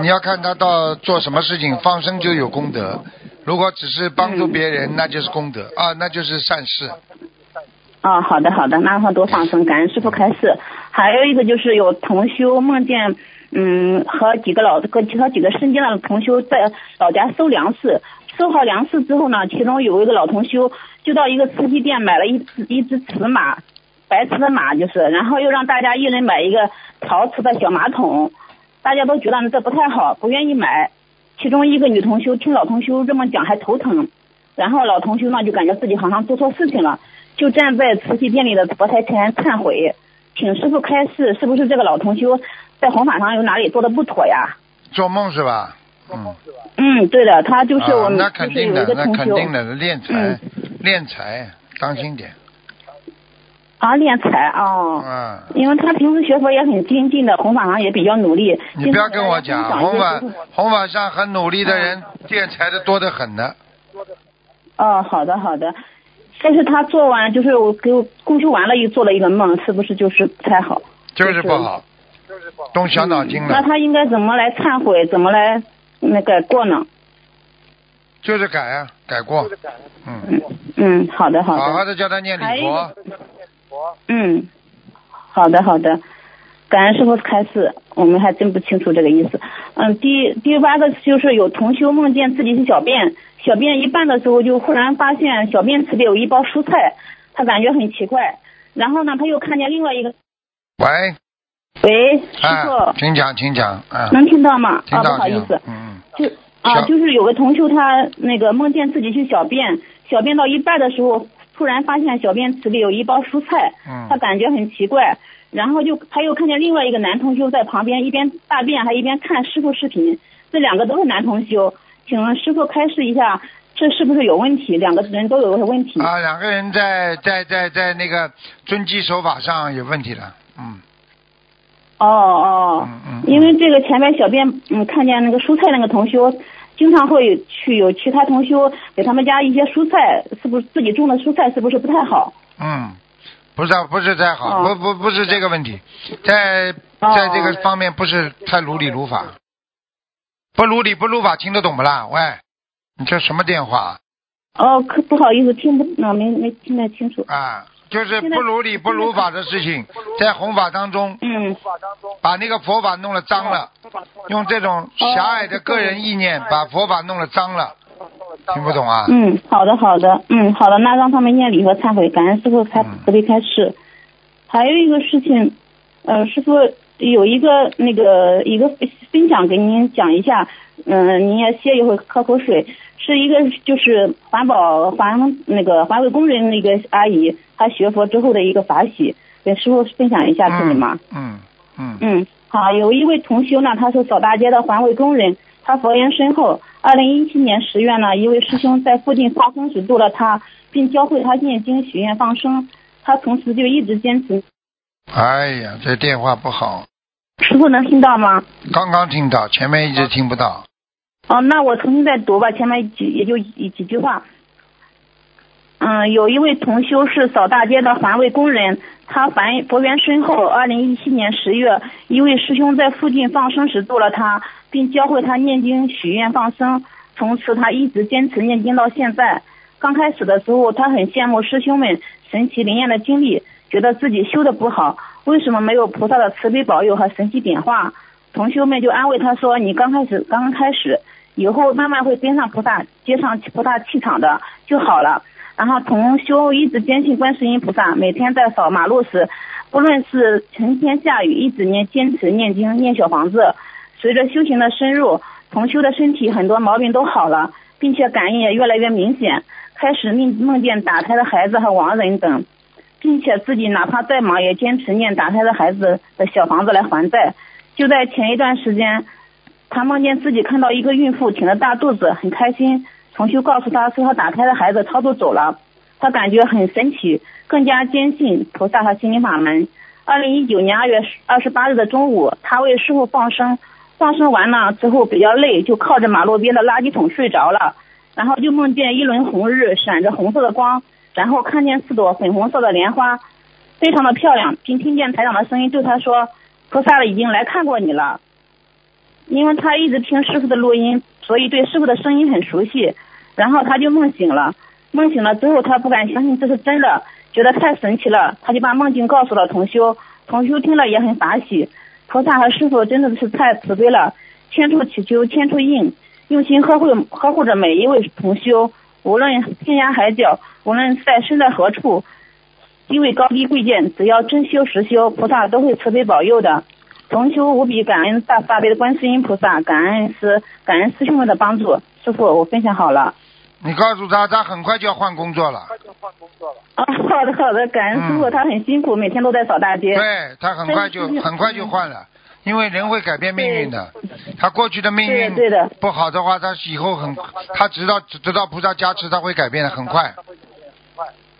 Speaker 1: 你要看他到做什么事情，放生就有功德。如果只是帮助别人，那就是功德啊，那就是善事。
Speaker 5: 啊，好的好的，那他多放生，感恩师傅开示。还有一个就是有同修梦见，嗯，和几个老跟和几个身边的同修在老家收粮食，收好粮食之后呢，其中有一个老同修就到一个瓷器店买了一只一只瓷马，白瓷的马就是，然后又让大家一人买一个陶瓷的小马桶，大家都觉得这不太好，不愿意买。其中一个女同修听老同修这么讲还头疼，然后老同修呢就感觉自己好像做错事情了。就站在瓷器店里的佛台前忏悔，请师傅开示，是不是这个老同修在弘法上有哪里做的不妥呀？
Speaker 1: 做梦是吧？嗯，
Speaker 5: 嗯，对的，他就是我
Speaker 1: 啊，
Speaker 5: 们、
Speaker 1: 那
Speaker 5: 就
Speaker 1: 肯
Speaker 5: 是
Speaker 1: 定
Speaker 5: 有
Speaker 1: 的
Speaker 5: 一个，
Speaker 1: 那
Speaker 5: 同
Speaker 1: 肯
Speaker 5: 修
Speaker 1: 定的，练财
Speaker 5: 嗯，
Speaker 1: 练财，当心点
Speaker 5: 啊，敛财哦。
Speaker 1: 啊！
Speaker 5: 因为他平时学佛也很精进的，弘法上也比较努力。
Speaker 1: 你不要跟我
Speaker 5: 经
Speaker 1: 讲，
Speaker 5: 常
Speaker 1: 红
Speaker 5: 给
Speaker 1: 法
Speaker 5: 大家分享一些
Speaker 1: 红法上很努力的人，练财的多得很呢。
Speaker 5: 哦，好的好的。但是他做完就是我给我共修完了又做了一个梦，是不是就是不太好？
Speaker 1: 就是不好，动小脑筋
Speaker 5: 那
Speaker 1: 了，
Speaker 5: 他应该怎么来忏悔？怎么来那个过呢？
Speaker 1: 就是改啊，改过，嗯，
Speaker 5: 嗯嗯，好的好的。
Speaker 1: 好好的教他念
Speaker 5: 还
Speaker 1: 礼
Speaker 5: 有一
Speaker 1: 佛
Speaker 5: 个，嗯，好的好的，感恩师傅开示，我们还真不清楚这个意思。嗯，第第八个就是有同修梦见自己是小便，小便一半的时候就忽然发现小便池里有一包蔬菜，他感觉很奇怪。然后呢，他又看见另外一个，
Speaker 1: 喂，
Speaker 5: 喂，师
Speaker 1: 啊，
Speaker 5: 傅，
Speaker 1: 请讲，请讲，啊，
Speaker 5: 能听到吗？
Speaker 1: 听
Speaker 5: 啊，不
Speaker 1: 到，
Speaker 5: 好意
Speaker 1: 听
Speaker 5: 思
Speaker 1: 到，，嗯，
Speaker 5: 就啊，
Speaker 1: 小
Speaker 5: 就是有个同修他那个梦见自己去小便，小便到一半的时候，突然发现小便池里有一包蔬菜，
Speaker 1: 嗯
Speaker 5: 他感觉很奇怪，然后就他又看见另外一个男同修在旁边一边大便还一边看师傅视频，这两个都是男同修，请问师傅开示一下，这是不是有问题？两个人都有问题。
Speaker 1: 啊，两个人在在在在那个遵纪守法上有问题了，嗯
Speaker 5: 哦哦
Speaker 1: 嗯，嗯，
Speaker 5: 因为这个前面小便嗯看见那个蔬菜那个同修，经常会去有其他同修给他们家一些蔬菜，是不是自己种的蔬菜是不是不太好？
Speaker 1: 嗯，不是不是太好，
Speaker 5: 哦
Speaker 1: 不不不是这个问题，在
Speaker 5: 哦
Speaker 1: 在这个方面不是太如理如法，不如理不如法，听得懂不啦？喂，你这什么电话啊
Speaker 5: 哦，可不好意思，听不，啊、没没听得清楚。
Speaker 1: 啊？就是
Speaker 5: 现在
Speaker 1: 不如理不如法的事情，在弘法当中
Speaker 5: 嗯，
Speaker 1: 把那个佛法弄了脏了，哦用这种狭隘的个人意念把佛法弄了脏了，听不懂啊？
Speaker 5: 嗯，好的好的，嗯好的，那让他们念礼和忏悔，感恩师傅开
Speaker 1: 嗯
Speaker 5: 慈悲开示。还有一个事情，呃，师傅有一个那个一个分分享给您讲一下，嗯、您也歇一会儿喝口水。是一个就是环保环那个环卫工人那个阿姨，她学佛之后的一个法喜。给师傅分享一下可以吗？
Speaker 1: 嗯嗯嗯
Speaker 5: 嗯，好，有一位同修呢，他是扫大街的环卫工人，他佛缘深厚。二零一七年十月呢，一位师兄在附近发生时度了他，并教会他念经、许愿、放生。他从此就一直坚持。
Speaker 1: 哎呀，这电话不好，
Speaker 5: 师傅能听到吗？
Speaker 1: 刚刚听到，前面一直听不到。
Speaker 5: 哦，那我重新再读吧，前面几也就一几句话。嗯，有一位同修是扫大街的环卫工人，他凡佛缘深厚。二零一七年十月，一位师兄在附近放生时度了他，并教会他念经、许愿、放生。从此他一直坚持念经到现在。刚开始的时候，他很羡慕师兄们神奇灵验的经历，觉得自己修的不好，为什么没有菩萨的慈悲保佑和神奇点化？同修们就安慰他说：“你刚开始，刚刚开始，以后慢慢会跟上菩萨，接上菩萨气场的就好了。”然后同修一直坚信观世音菩萨，每天在扫马路时，不论是晴天下雨，一直念坚持念经念小房子。随着修行的深入，同修的身体很多毛病都好了，并且感应也越来越明显，开始梦梦见打胎的孩子和亡人等，并且自己哪怕再忙也坚持念打胎的孩子的小房子来还债。就在前一段时间，他梦见自己看到一个孕妇挺着大肚子，很开心。同修告诉他说他打胎的孩子超度走了，他感觉很神奇，更加坚信菩萨和心灵法门。二零一九年二月二十八日的中午，他为师傅放生，放生完了之后比较累，就靠着马路边的垃圾桶睡着了，然后就梦见一轮红日闪着红色的光，然后看见四朵粉红色的莲花，非常的漂亮，并听见台长的声音对他说：“菩萨已经来看过你了。”因为他一直听师傅的录音，所以对师傅的声音很熟悉。然后他就梦醒了，梦醒了之后，他不敢相信这是真的，觉得太神奇了，他就把梦境告诉了同修。同修听了也很法喜，菩萨和师傅真的是太慈悲了，千处祈求千处应，用心呵护呵护着每一位同修，无论天涯海角，无论在身在何处，地位高低贵贱，只要真修实修，菩萨都会慈悲保佑的。同修无比感恩大慈大悲的观世音菩萨，感恩师感恩师兄们的帮助。师傅，我分享好了。
Speaker 1: 你告诉他，他很快就要换工作了。
Speaker 5: 啊，好的好的，感恩师傅，他很辛苦，每天都在扫大街。
Speaker 1: 对他很快就
Speaker 5: 但是
Speaker 1: 很快就换了，因为人会改变命运的。他过去的命运
Speaker 5: 对对的
Speaker 1: 不好的话，他以后很，他直到直到菩萨加持，他会改变的很快。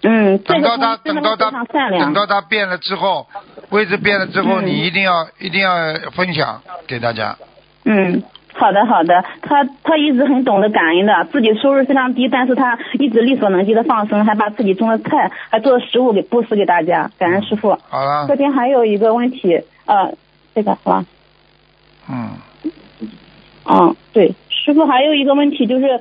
Speaker 5: 嗯，这
Speaker 1: 等
Speaker 5: 个
Speaker 1: 到他
Speaker 5: 同
Speaker 1: 等
Speaker 5: 学
Speaker 1: 到他
Speaker 5: 真的非常善
Speaker 1: 等
Speaker 5: 良。
Speaker 1: 到他变了之后，位置变了之后，
Speaker 5: 嗯
Speaker 1: 你一定要一定要分享给大家。
Speaker 5: 嗯，好的好的，他他一直很懂得感恩的，自己收入非常低，但是他一直力所能及的放生，还把自己种的菜还做食物给布施给大家，感恩师傅。
Speaker 1: 好了
Speaker 5: 这，边还有一个问题，呃，这个好吧。
Speaker 1: 嗯，
Speaker 5: 嗯，对，师傅还有一个问题就是，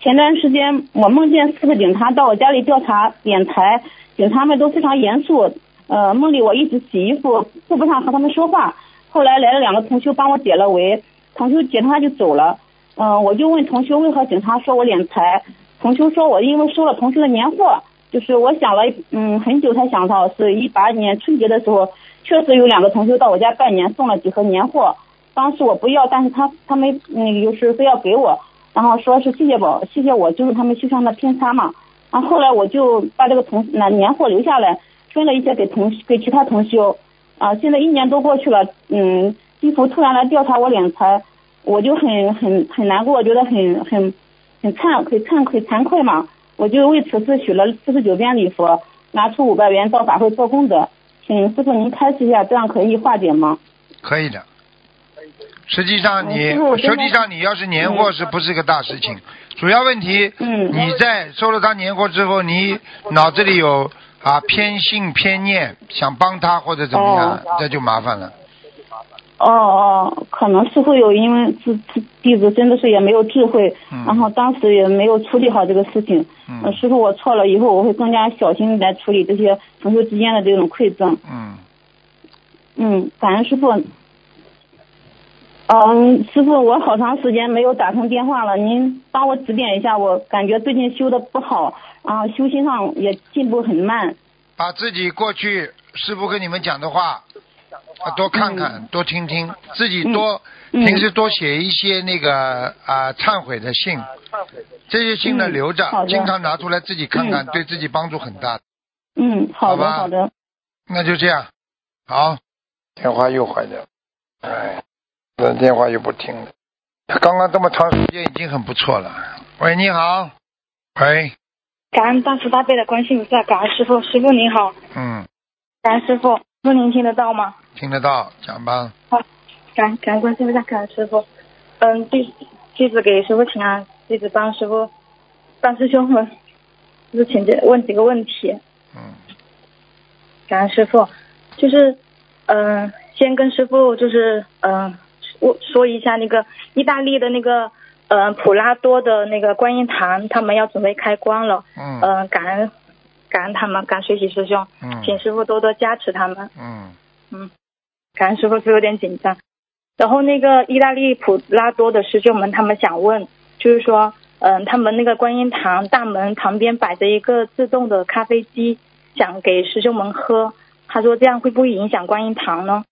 Speaker 5: 前段时间我梦见四个警察到我家里调查敛财，警察们都非常严肃，呃，梦里我一直洗衣服，顾不上和他们说话。后来来了两个同修帮我解了围，同修解他就走了。嗯、我就问同修为何警察说我敛财，同修说我因为收了同修的年货，就是我想了嗯很久才想到是一八年春节的时候，确实有两个同修到我家拜年送了几盒年货，当时我不要，但是他他们那个就是非要给我，然后说是谢谢我谢谢我，就是他们修上的偏差嘛。然后后来我就把这个同那年货留下来，分了一些给同给其他同修。啊，现在一年多过去了，嗯，地府突然来调查我敛财，我就很很很难过，觉得很很很惭愧惭愧惭愧嘛。我就为此事许了四十九遍礼佛，拿出五百元到法会做功德，请师傅您开示一下，这样可以化解吗？
Speaker 1: 可以的。实际上你
Speaker 5: 嗯师傅我，真
Speaker 1: 实
Speaker 5: 的
Speaker 1: 际上你要是年货是不是个大事情？主要问题，
Speaker 5: 嗯
Speaker 1: 你在收了他年货之后，你脑子里有啊偏性偏念，想帮他或者怎么样，这就麻烦了。
Speaker 5: 哦哦，可能是会有，因为这这弟子真的是也没有智慧，
Speaker 1: 嗯
Speaker 5: 然后当时也没有处理好这个事情。
Speaker 1: 嗯
Speaker 5: 呃师傅，我错了，以后我会更加小心来处理这些同学之间的这种馈赠。
Speaker 1: 嗯，
Speaker 5: 嗯，感恩师傅。嗯，师傅，我好长时间没有打通电话了，您帮我指点一下，我感觉最近修的不好，然后修心上也进步很慢。
Speaker 1: 把自己过去师傅跟你们讲的话，啊多看看，多听听，自己多、
Speaker 5: 嗯
Speaker 1: 平时多写一些那个啊忏悔的信，这些信呢
Speaker 5: 嗯
Speaker 1: 留着
Speaker 5: 好，的
Speaker 1: 经常拿出来自己看看，
Speaker 5: 嗯
Speaker 1: 对自己帮助很大的。
Speaker 5: 嗯，好的，
Speaker 1: 好吧
Speaker 5: 好的。
Speaker 1: 那就这样，好。电话又坏掉了，哎，那电话又不听了。他刚刚这么长时间已经很不错了。喂，你好。喂，
Speaker 6: 感恩大慈大悲的观世音菩萨，感恩师傅，师傅您好，
Speaker 1: 嗯，
Speaker 6: 感恩师傅，师傅您听得到吗？
Speaker 1: 听得到，讲吧。
Speaker 6: 感感恩观世音菩萨，感恩师傅。嗯，弟弟子给师傅请安，弟子帮师傅帮师兄们，就是请教问几个问题。
Speaker 1: 嗯，
Speaker 6: 感恩师傅，就是嗯、呃先跟师傅就是嗯、呃我说一下那个意大利的那个呃普拉多的那个观音堂，他们要准备开光了。
Speaker 1: 嗯
Speaker 6: 嗯、
Speaker 5: 呃
Speaker 6: 感恩感恩他们，感恩水喜师兄，
Speaker 1: 嗯
Speaker 6: 请师傅多多加持他们。
Speaker 1: 嗯
Speaker 6: 感恩师傅是有点紧张。然后那个意大利普拉多的师兄们，他们想问，就是说，嗯，他们那个观音堂大门旁边摆着一个自动的咖啡机，想给师兄们喝。他说这样会不会影响观音堂呢？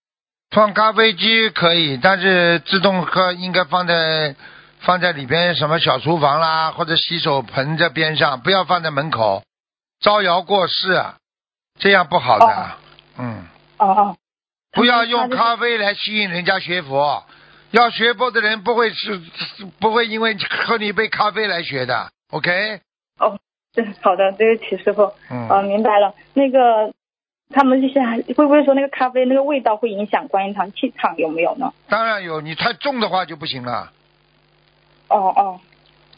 Speaker 1: 放咖啡机可以，但是自动喝应该放在放在里边什么小厨房啦，或者洗手盆这边上，不要放在门口，招摇过市，啊，这样不好的。
Speaker 6: 哦
Speaker 1: 嗯，
Speaker 6: 哦，
Speaker 1: 不要用
Speaker 6: 他就是
Speaker 1: 咖啡来吸引人家学佛，要学佛的人不会是不会因为喝你一杯咖啡来学的。OK，
Speaker 6: 哦对，好的，对不起，师傅。
Speaker 1: 嗯，
Speaker 6: 呃，明白了。那个，他们就是还会不会说那个咖啡那个味道会影响观音堂气场有没有呢？
Speaker 1: 当然有，你太重的话就不行了。
Speaker 6: 哦哦，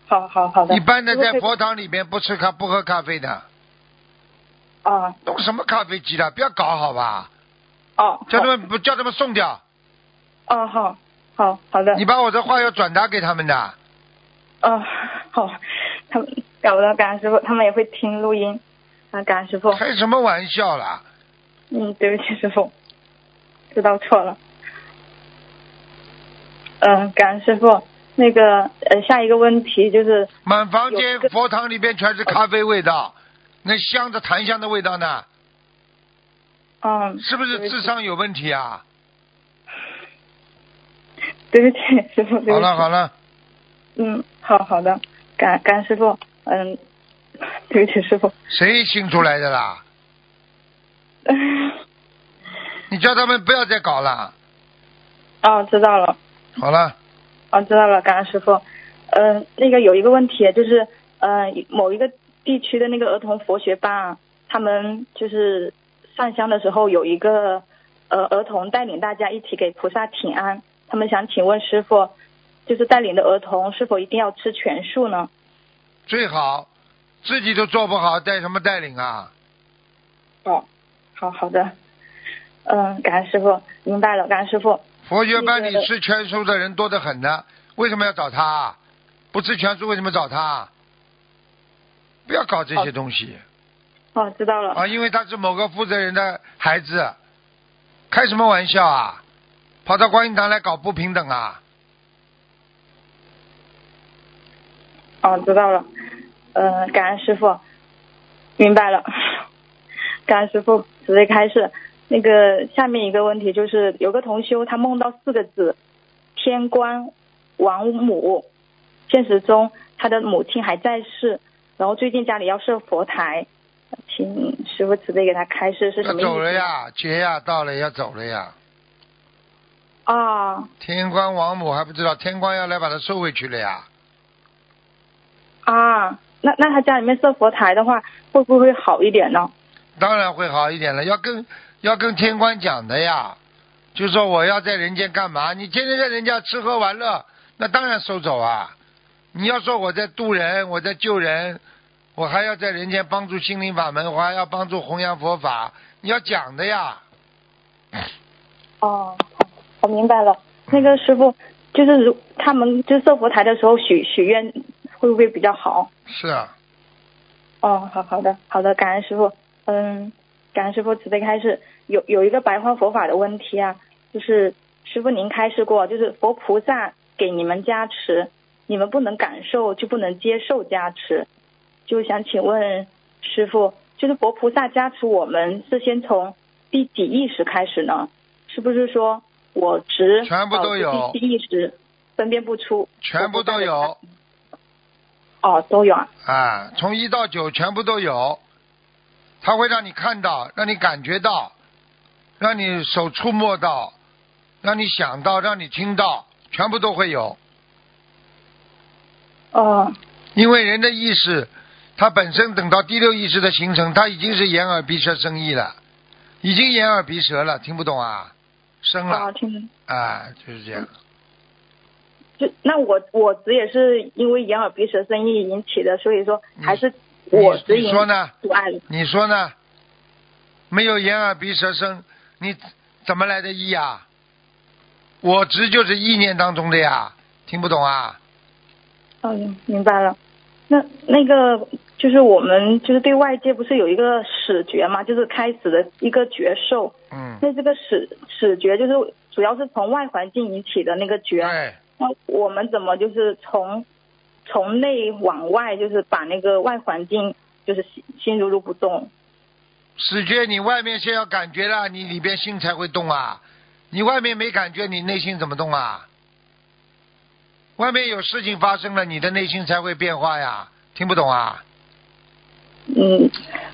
Speaker 6: 好好好的。
Speaker 1: 一般的
Speaker 6: 如果可
Speaker 1: 在
Speaker 6: 以
Speaker 1: 佛堂里面不吃咖不喝咖啡的，
Speaker 6: 啊
Speaker 1: 弄什么咖啡机了？不要搞好吧？
Speaker 6: 哦，
Speaker 1: 叫
Speaker 6: 好
Speaker 1: 他们不叫他们送掉。
Speaker 6: 哦，好，好，好的，
Speaker 1: 你把我的话要转达给他们的。
Speaker 6: 哦，好，他们搞不到感恩师傅，他们也会听录音啊，感恩师傅，
Speaker 1: 开什么玩笑啦？
Speaker 6: 嗯，对不起师傅，知道错了，嗯、感恩师傅，那个呃，下一个问题就是，
Speaker 1: 满房间
Speaker 6: 有个
Speaker 1: 佛堂里边全是咖啡味道，那香的檀香的味道呢？
Speaker 6: 嗯，
Speaker 1: 是不是智商有问题啊？
Speaker 6: 对不起师傅，对不起，
Speaker 1: 好了好了，
Speaker 6: 嗯，好好的，感感恩师傅，嗯，对不起师傅，
Speaker 1: 谁醒出来的啦？你叫他们不要再搞了。
Speaker 6: 哦，知道了。
Speaker 1: 好了，
Speaker 6: 哦，知道了，感恩师傅。呃，那个有一个问题，就是呃，某一个地区的那个儿童佛学班啊，他们就是上香的时候有一个呃儿童带领大家一起给菩萨请安，他们想请问师傅，就是带领的儿童是否一定要吃全素呢？
Speaker 1: 最好自己都做不好，带什么带领啊？
Speaker 6: 哦，好好的，嗯、感恩师傅，明白了，感恩师傅。
Speaker 1: 佛学班
Speaker 6: 那
Speaker 1: 里
Speaker 6: 个
Speaker 1: 吃全素的人多得很呢，为什么要找他啊？不吃全素为什么找他啊？不要搞这些东西。
Speaker 6: 哦，知 道了。
Speaker 1: 啊，因为他是某个负责人的孩子，开什么玩笑啊？跑到观音堂来搞不平等啊？
Speaker 6: 哦，知道了。呃，感恩师傅，明白了。 感恩师傅，直接开始。那个下面一个问题就是，有个同修他梦到四个字“天官王母”，现实中他的母亲还在世，然后最近家里要设佛台，请师傅慈悲给他开示是
Speaker 1: 要
Speaker 6: 什么意思？
Speaker 1: 走了呀，节呀到了要走了呀。
Speaker 6: 啊、
Speaker 1: 天官王母还不知道，天官要来把他收回去了呀。
Speaker 6: 啊，那那他家里面设佛台的话，会不会好一点呢？
Speaker 1: 当然会好一点了，要跟要跟天官讲的呀，就说我要在人间干嘛？你天天在人家吃喝玩乐，那当然收走啊。你要说我在渡人，我在救人，我还要在人间帮助心灵法门，我还要帮助弘扬佛法，你要讲的呀。
Speaker 6: 哦，我明白了。那个师傅，就是如他们就设佛台的时候许许愿，会不会比较好？
Speaker 1: 是啊，
Speaker 6: 哦，好好的，好的，感恩师傅，嗯，感恩师傅慈悲开示。有有一个白话佛法的问题啊，就是师傅您开示过，就是佛菩萨给你们加持，你们不能感受就不能接受加持，就想请问师傅，就是佛菩萨加持我们是先从第几意识开始呢？是不是说我执
Speaker 1: 全部都有
Speaker 6: 导致第七意识分辨不出，
Speaker 1: 全部都有
Speaker 6: 哦，都有啊，
Speaker 1: 啊，从一到九全部都有，他会让你看到，让你感觉到，让你手触摸到，让你想到，让你听到，全部都会有。
Speaker 6: 哦
Speaker 1: 因为人的意识，它本身等到第六意识的形成，它已经是眼耳鼻舌生意了，已经眼耳鼻舌了，听不懂啊？生
Speaker 6: 哦，
Speaker 1: 了
Speaker 6: 听着。
Speaker 1: 啊，就是这样。
Speaker 6: 就那我我执也是因为眼耳鼻舌生意引起的，所以说还是我
Speaker 1: 嗯你
Speaker 6: 执
Speaker 1: 你
Speaker 6: 引
Speaker 1: 说呢？
Speaker 6: 阻碍了。
Speaker 1: 你说呢？没有眼耳鼻舌身，你怎么来的意啊？我执就是意念当中的呀，听不懂啊？
Speaker 6: 哦，明明白了。那那个就是我们就是对外界不是有一个始觉嘛，就是开始的一个觉受。
Speaker 1: 嗯，
Speaker 6: 那这个始始觉就是主要是从外环境引起的那个觉。
Speaker 1: 对，
Speaker 6: 那我们怎么就是从从内往外，就是把那个外环境就是心心如如不动？
Speaker 1: 始觉你外面先要感觉了，你里边心才会动啊。你外面没感觉，你内心怎么动啊？外面有事情发生了，你的内心才会变化呀。听不懂啊？
Speaker 6: 嗯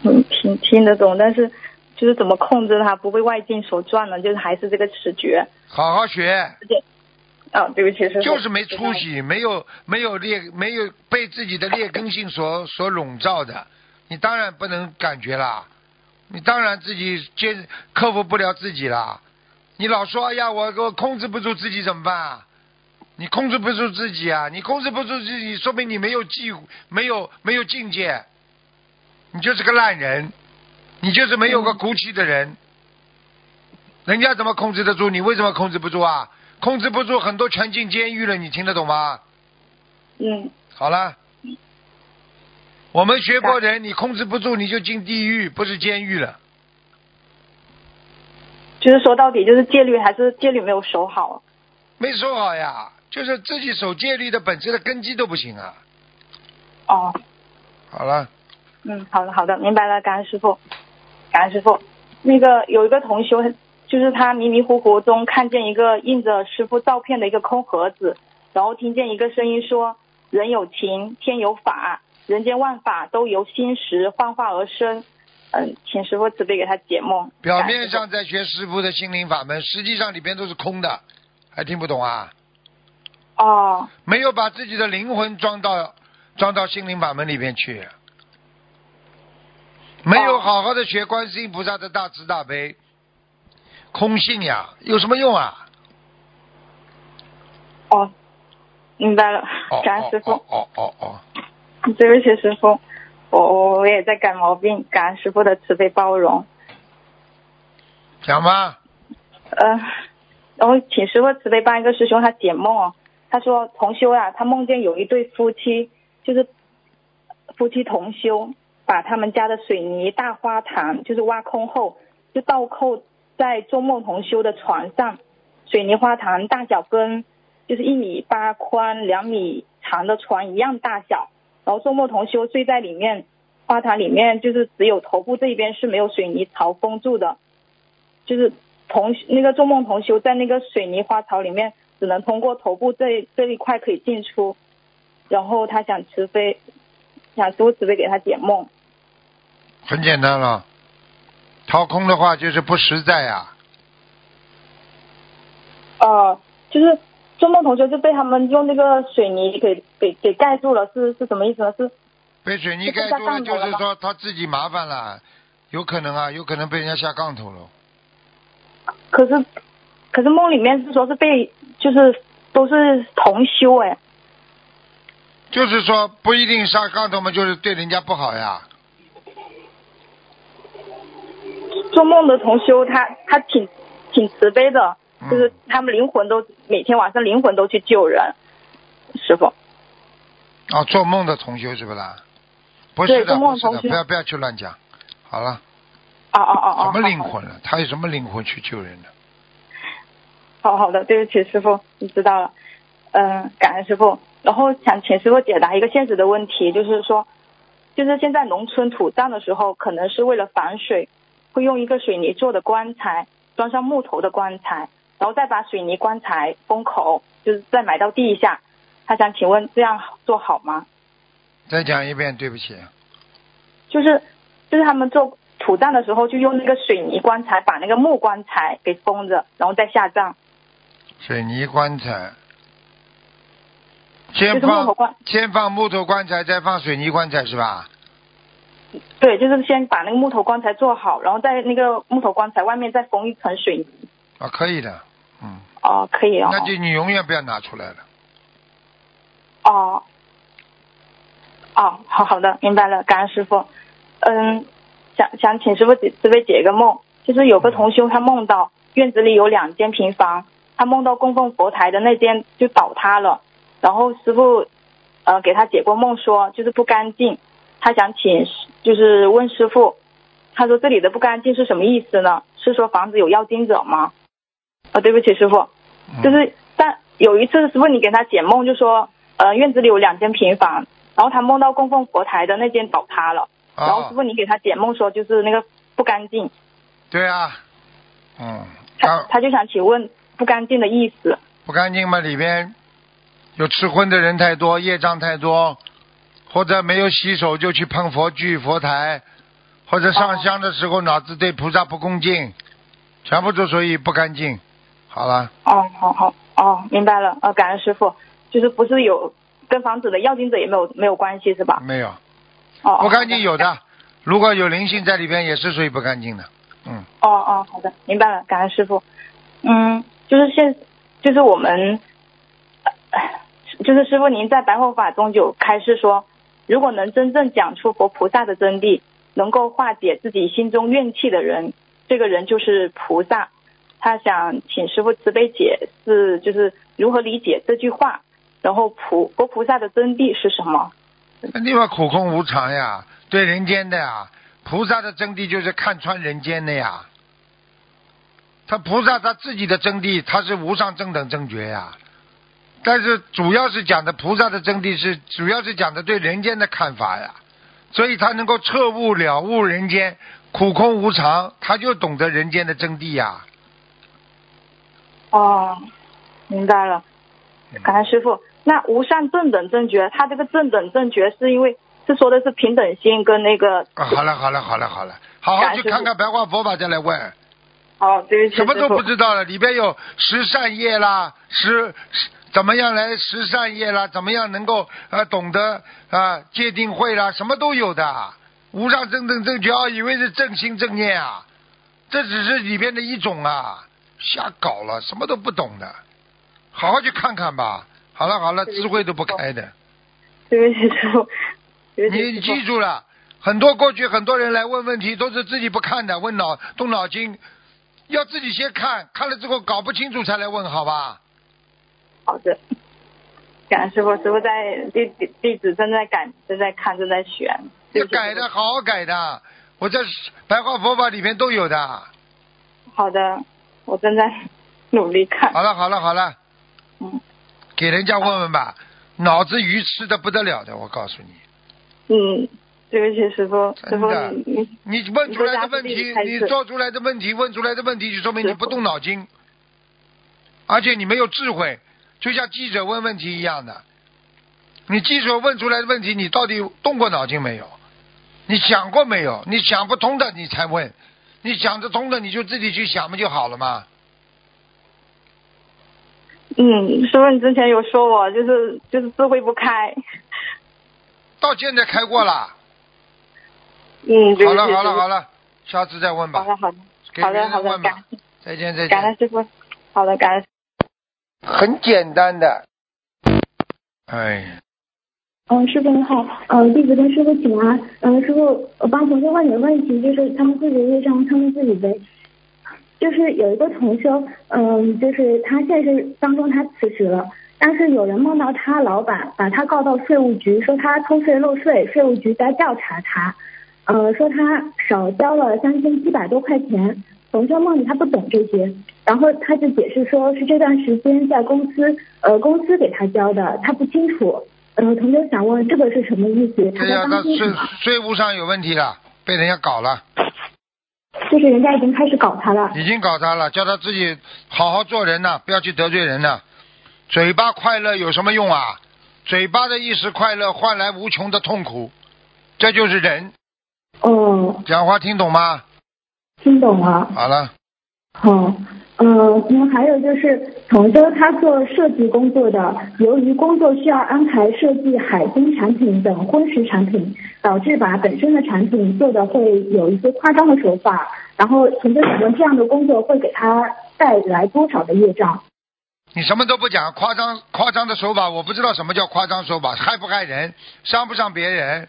Speaker 6: 嗯，听听得懂，但是就是怎么控制它不被外境所转呢？就是还是这个始觉。
Speaker 1: 好好学，
Speaker 6: 啊，对不起，师傅。
Speaker 1: 就是没出。息，没有没有劣，没有被自己的劣根性所所笼罩的，你当然不能感觉啦，你当然自己接克服不了自己啦。你老说哎呀，我我控制不住自己怎么办啊？你控制不住自己啊？你控制不住自己，说明你没有技，没有没有境界，你就是个烂人，你就是没有个骨气的人。人家怎么控制得住，你为什么控制不住啊？控制不住，很多全进监狱了，你听得懂吗？
Speaker 6: 嗯，
Speaker 1: 好了，我们学过人，你控制不住你就进地狱，不是监狱了。
Speaker 6: 就是说到底就是戒律还是戒律没有守好。
Speaker 1: 没守好呀，就是自己守戒律的本质的根基都不行啊。
Speaker 6: 哦，
Speaker 1: 好了，
Speaker 6: 嗯，好的好的，明白了，感恩师傅，感恩师傅。那个有一个同修，就是他迷迷糊糊中看见一个印着师傅照片的一个空盒子，然后听见一个声音说：“人有情，天有法，人间万法都由心识幻化而生。”嗯，请师傅慈悲给他解梦。
Speaker 1: 表
Speaker 6: 感恩
Speaker 1: 面
Speaker 6: 师父
Speaker 1: 上在学师傅的心灵法门，实际上里边都是空的，还听不懂啊？
Speaker 6: 哦
Speaker 1: 没有把自己的灵魂装到装到心灵法门里面去，没有好好的学观世音菩萨的大慈大悲，空性呀，有什么用啊？
Speaker 6: 哦，明白了
Speaker 1: 哦，
Speaker 6: 感恩师傅。
Speaker 1: 哦哦哦哦，
Speaker 6: 对不起，师傅，我我也在改毛病，感恩师傅的慈悲包容。
Speaker 1: 讲吧，
Speaker 6: 呃，然后请师傅慈悲帮一个师兄他解梦哦，他说同修啊，他梦见有一对夫妻，就是夫妻同修，把他们家的水泥大花坛就是挖空后，就倒扣在做梦同修的床上，水泥花坛大小跟就是一米八宽、两米长的床一样大小，然后做梦同修睡在里面，花坛里面就是只有头部这一边是没有水泥槽封住的，就是同那个做梦同修在那个水泥花槽里面，只能通过头部这这一块可以进出。然后他想慈悲，想师傅慈悲给他解梦。
Speaker 1: 很简单了，掏空的话就是不实在啊呀、
Speaker 6: 呃，就是做梦同修就被他们用那个水泥给给给盖住了，是是什么意思呢？是
Speaker 1: 被水泥盖住了，就是说他自己麻烦了，有可能啊，有可能被人家下杠头了。
Speaker 6: 可是可是梦里面是说是被就是都是同修哎，
Speaker 1: 就是说不一定下杠头嘛，就是对人家不好呀。
Speaker 6: 做梦的同修他他挺挺慈悲的，
Speaker 1: 嗯
Speaker 6: 就是他们灵魂都每天晚上灵魂都去救人，师傅。啊
Speaker 1: 哦，做梦的同修是不啦？不是
Speaker 6: 对
Speaker 1: 的，
Speaker 6: 做
Speaker 1: 不
Speaker 6: 梦的
Speaker 1: 是的，
Speaker 6: 同修
Speaker 1: 不要不要去乱讲。好了，
Speaker 6: 哦哦哦哦，
Speaker 1: 什么灵
Speaker 6: 好？
Speaker 1: 魂了？他有什么灵魂去救人的？
Speaker 6: 好好的，对不起，师傅，你知道了。嗯、感恩师傅。然后想请师傅解答一个现实的问题，就是说，就是现在农村土葬的时候，可能是为了防水，会用一个水泥做的棺材，装上木头的棺材，然后再把水泥棺材封口，就是再埋到地下。他想请问这样做好吗？
Speaker 1: 再讲一遍，对不起。
Speaker 6: 就是就是他们做土土葬的时候就用那个水泥棺材把那个木棺材给封着，然后再下葬。
Speaker 1: 水泥棺材，先
Speaker 6: 就是木头
Speaker 1: 放
Speaker 6: 棺
Speaker 1: 先放木头棺材，再放水泥棺材是吧？
Speaker 6: 对，就是先把那个木头棺材做好，然后在那个木头棺材外面再封一层水泥。
Speaker 1: 啊，可以的，嗯，
Speaker 6: 哦，可以哦。
Speaker 1: 那就你永远不要拿出来了。
Speaker 6: 哦，哦，好好的，明白了，感恩师傅。嗯，想想请师傅解慈悲解一个梦，就是有个同修他梦到院子里有两间平房，他梦到供奉佛台的那间就倒塌了，然后师傅呃给他解过梦说就是不干净，他想请就是问师傅，他说这里的不干净是什么意思呢？是说房子有妖精者吗？哦，对不起，师傅，
Speaker 1: 嗯
Speaker 6: 就是但有一次师傅你给他解梦，就说呃院子里有两间平房，然后他梦到供奉佛台的那间倒塌了，然后
Speaker 1: 啊
Speaker 6: 师，傅你给他解梦说就是那个不干净，
Speaker 1: 对啊，嗯，
Speaker 6: 他
Speaker 1: 啊，
Speaker 6: 他就想请问不干净的意思。
Speaker 1: 不干净嘛，里边有吃荤的人太多，业障太多，或者没有洗手就去碰佛具、佛台，或者
Speaker 6: 哦
Speaker 1: 上香的时候脑子对菩萨不恭敬，全部都属于不干净。好了，
Speaker 6: 哦，好好哦，明白了，呃，感恩师傅，就是不是有跟房子的要经者也没有没有关系是吧？
Speaker 1: 没有
Speaker 6: 哦，
Speaker 1: 嗯不干净有
Speaker 6: 的。
Speaker 1: 的，如果有灵性在里边也是属于不干净的。嗯，
Speaker 6: 哦哦，好的，明白了，感恩师傅。嗯，就是现，就是我们，呃就是师傅您在白话法中有开示说，如果能真正讲出佛菩萨的真谛，能够化解自己心中怨气的人，这个人就是菩萨。他想请师傅慈悲解释，就是如何理解这句话，然后菩佛菩萨的真谛是什么？
Speaker 1: 那地方苦空无常呀，对人间的呀，菩萨的真谛就是看穿人间的呀。他菩萨他自己的真谛，他是无上正等正觉呀。但是主要是讲的菩萨的真谛是，主要是讲的对人间的看法呀，所以他能够彻悟了悟人间苦空无常，他就懂得人间的真谛呀。
Speaker 6: 哦，明白了。
Speaker 1: 嗯
Speaker 6: 感恩师傅。那无上正等正觉，他这个正等正觉是因为是说的是平等心跟那个
Speaker 1: 啊，好了好了好了好了，好好
Speaker 6: 感
Speaker 1: 去
Speaker 6: 谢
Speaker 1: 看看白话佛法再来问。
Speaker 6: 哦，对不起，
Speaker 1: 什么
Speaker 6: 师
Speaker 1: 都
Speaker 6: 傅
Speaker 1: 不知道了，里边有十善业啦，十十怎么样来十善业啦，怎么样能够呃懂得啊界定会啦，什么都有的。啊无上正正正觉，哦以为是正心正念啊，这只是里边的一种啊，瞎搞了，什么都不懂的。好好去看看吧。好了好了，智慧都不开的。
Speaker 6: 对不起师傅，对不起
Speaker 1: 你
Speaker 6: 师
Speaker 1: 记住了，很多过去很多人来问问题都是自己不看的，问脑动脑筋，要自己先看，看了之后搞不清楚才来问，好吧？
Speaker 6: 傅。好的，感恩师傅，师傅在弟弟弟子正在改，正在看，正在选。对
Speaker 1: 要
Speaker 6: 不起
Speaker 1: 改的，。好好改的，我在白话佛法里面都有的。
Speaker 6: 师傅好的，我正在努力看。
Speaker 1: 好了好了好了，
Speaker 6: 嗯
Speaker 1: 给人家问问吧，脑子愚痴的不得了的，我告诉你，
Speaker 6: 嗯，对不起师傅，师
Speaker 1: 真
Speaker 6: 傅
Speaker 1: 的
Speaker 6: 你
Speaker 1: 你问出来的问
Speaker 6: 你
Speaker 1: 题
Speaker 6: 回答，不
Speaker 1: 你
Speaker 6: 是
Speaker 1: 做出来的问题，问出来的问题，就说明你不动脑筋，而且你没有智慧，就像记者问问题一样的。你记者问出来的问题，你到底动过脑筋没有？你想过没有？你想不通的你才问，你想得通的你就自己去想不就好了吗？
Speaker 6: 嗯，师傅你之前有说我就是就是智慧不开。
Speaker 1: 到现在开过了，
Speaker 6: 嗯，对不起
Speaker 1: 好了好
Speaker 6: 师
Speaker 1: 了
Speaker 6: 傅
Speaker 1: 好了，下次再问吧
Speaker 6: 好，的好的
Speaker 1: 给
Speaker 6: 好
Speaker 1: 别
Speaker 6: 的
Speaker 1: 人
Speaker 6: 好的，
Speaker 1: 问吧
Speaker 6: 感。
Speaker 1: 再见再
Speaker 6: 感
Speaker 1: 见
Speaker 6: 恩。师傅，好的感恩。
Speaker 1: 很简单的，哎，
Speaker 7: 嗯，师傅您好，嗯，弟子跟师傅请安，嗯，师傅，我帮同学问点问题，就是他们自己业障，他们自己背。就是有一个同修，嗯，就是他现实当中他辞职了，但是有人梦到他老板把他告到税务局，说他偷税漏税，税务局在调查他，呃，说他少交了三千七百多块钱。同修梦里他不懂这些，然后他就解释说是这段时间在公司，呃，公司给他交的，他不清楚。嗯、同修想问这个是什么意思？他
Speaker 1: 对呀、
Speaker 7: 在
Speaker 1: 他
Speaker 7: 当心
Speaker 1: 税
Speaker 7: 什么？
Speaker 1: 税务上有问题了，被人家搞了，
Speaker 7: 就是人家已经开始搞他了。
Speaker 1: 已经搞他了，叫他自己好好做人呐、不要去得罪人呐、嘴巴快乐有什么用啊？嘴巴的一时快乐换来无穷的痛苦，这就是人。
Speaker 5: 哦，
Speaker 1: 讲话听懂吗？
Speaker 5: 听懂了。
Speaker 1: 好了，
Speaker 5: 哦，呃，那么还有就是，同修他做设计工作的，由于工作需要安排设计海鲜产品等荤食产品，导致把本身的产品做的会有一些夸张的手法。然后同修想问，这样的工作会给他带来多少的业障？
Speaker 1: 你什么都不讲，夸张夸张的手法，我不知道什么叫夸张手法，害不害人，伤不伤别人，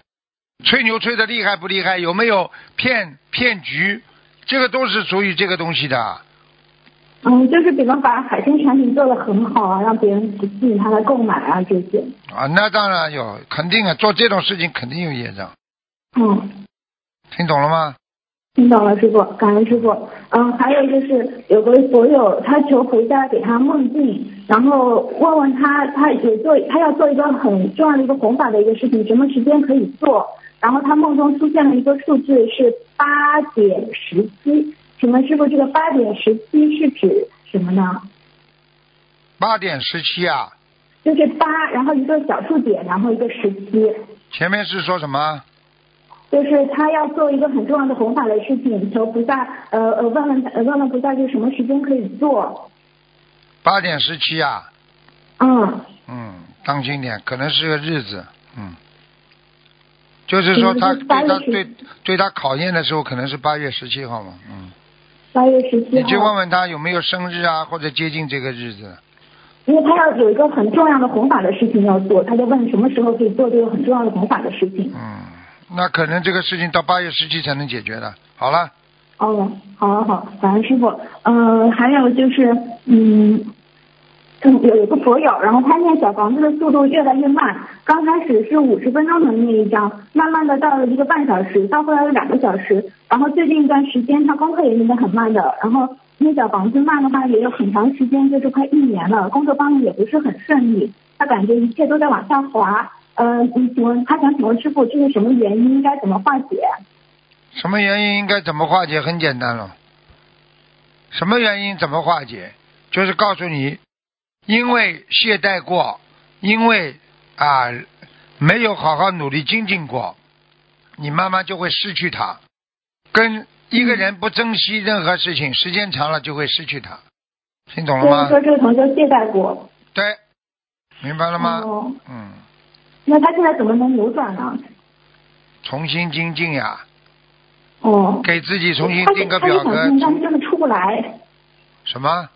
Speaker 1: 吹牛吹的厉害不厉害，有没有骗骗局，这个都是属于这个东西的。
Speaker 5: 嗯，就是比方把海鲜产品做的很好啊，让别人吸引他来购买啊这些。
Speaker 1: 啊，那当然有，肯定啊，做这种事情肯定有业障，
Speaker 5: 嗯。
Speaker 1: 听懂了吗？
Speaker 5: 听懂了，师傅，感恩师傅。嗯，还有就是有个佛友，他求菩萨给他梦境，然后问问他，他有做，他要做一个很重要的一个弘法的一个事情，什么时间可以做？然后他梦中出现了一个数字是八点十七，请问师傅，这个八点十七是指什么呢？
Speaker 1: 八点十七啊，
Speaker 5: 就是八，然后一个小数点，然后一个十七，
Speaker 1: 前面是说什么？
Speaker 5: 就是他要做一个很重要的弘法的事情，求菩萨，呃呃，问问他，呃问问菩萨，就什么时间可以做？
Speaker 1: 八点十七啊，
Speaker 5: 嗯，
Speaker 1: 嗯，当心点，可能是个日子，嗯，就是说他
Speaker 5: 嗯八
Speaker 1: 对
Speaker 5: 月
Speaker 1: 他
Speaker 5: 十
Speaker 1: 对对他考验的时候，可能是八月十七号嘛，嗯，
Speaker 5: 八月十七
Speaker 1: 你去问
Speaker 5: 号，
Speaker 1: 问他有没有生日啊，或者接近这个日子，
Speaker 5: 因为他要有一个很重要的弘法的事情要做，他就问什么时候可以做这个很重要的弘法的事情。
Speaker 1: 嗯，那可能这个事情到八月十七才能解决的。好了，
Speaker 5: 哦，好好好，感恩师傅。呃，还有就是，嗯。嗯，有一个佛友，然后他念小房子的速度越来越慢，刚开始是五十分钟能念一张，慢慢的到了一个半小时，到后来有两个小时，然后最近一段时间他功课也念得很慢的，然后念小房子慢的话也有很长时间，就是快一年了，工作方面也不是很顺利，他感觉一切都在往下滑。呃，嗯请问他想请问师傅，这是什么原因？应该怎么化解？
Speaker 1: 什么原因应该怎么化解？很简单了，什么原因怎么化解？就是告诉你，因为懈怠过，因为啊没有好好努力精进过，你慢慢就会失去它。跟一个人不珍惜任何事情，时间长了就会失去它，听懂了
Speaker 5: 所嗯以
Speaker 1: 吗？
Speaker 5: 说这个同学懈怠过。
Speaker 1: 对，明白了吗？
Speaker 5: 哦，
Speaker 1: 嗯，
Speaker 5: 那他现在怎么能扭转呢？
Speaker 1: 重新精进呀、
Speaker 5: 哦，
Speaker 1: 给自己重新
Speaker 5: 他
Speaker 1: 定个
Speaker 5: 他也
Speaker 1: 表
Speaker 5: 想
Speaker 1: 格
Speaker 5: 进，，但是就是出不来。
Speaker 1: 什么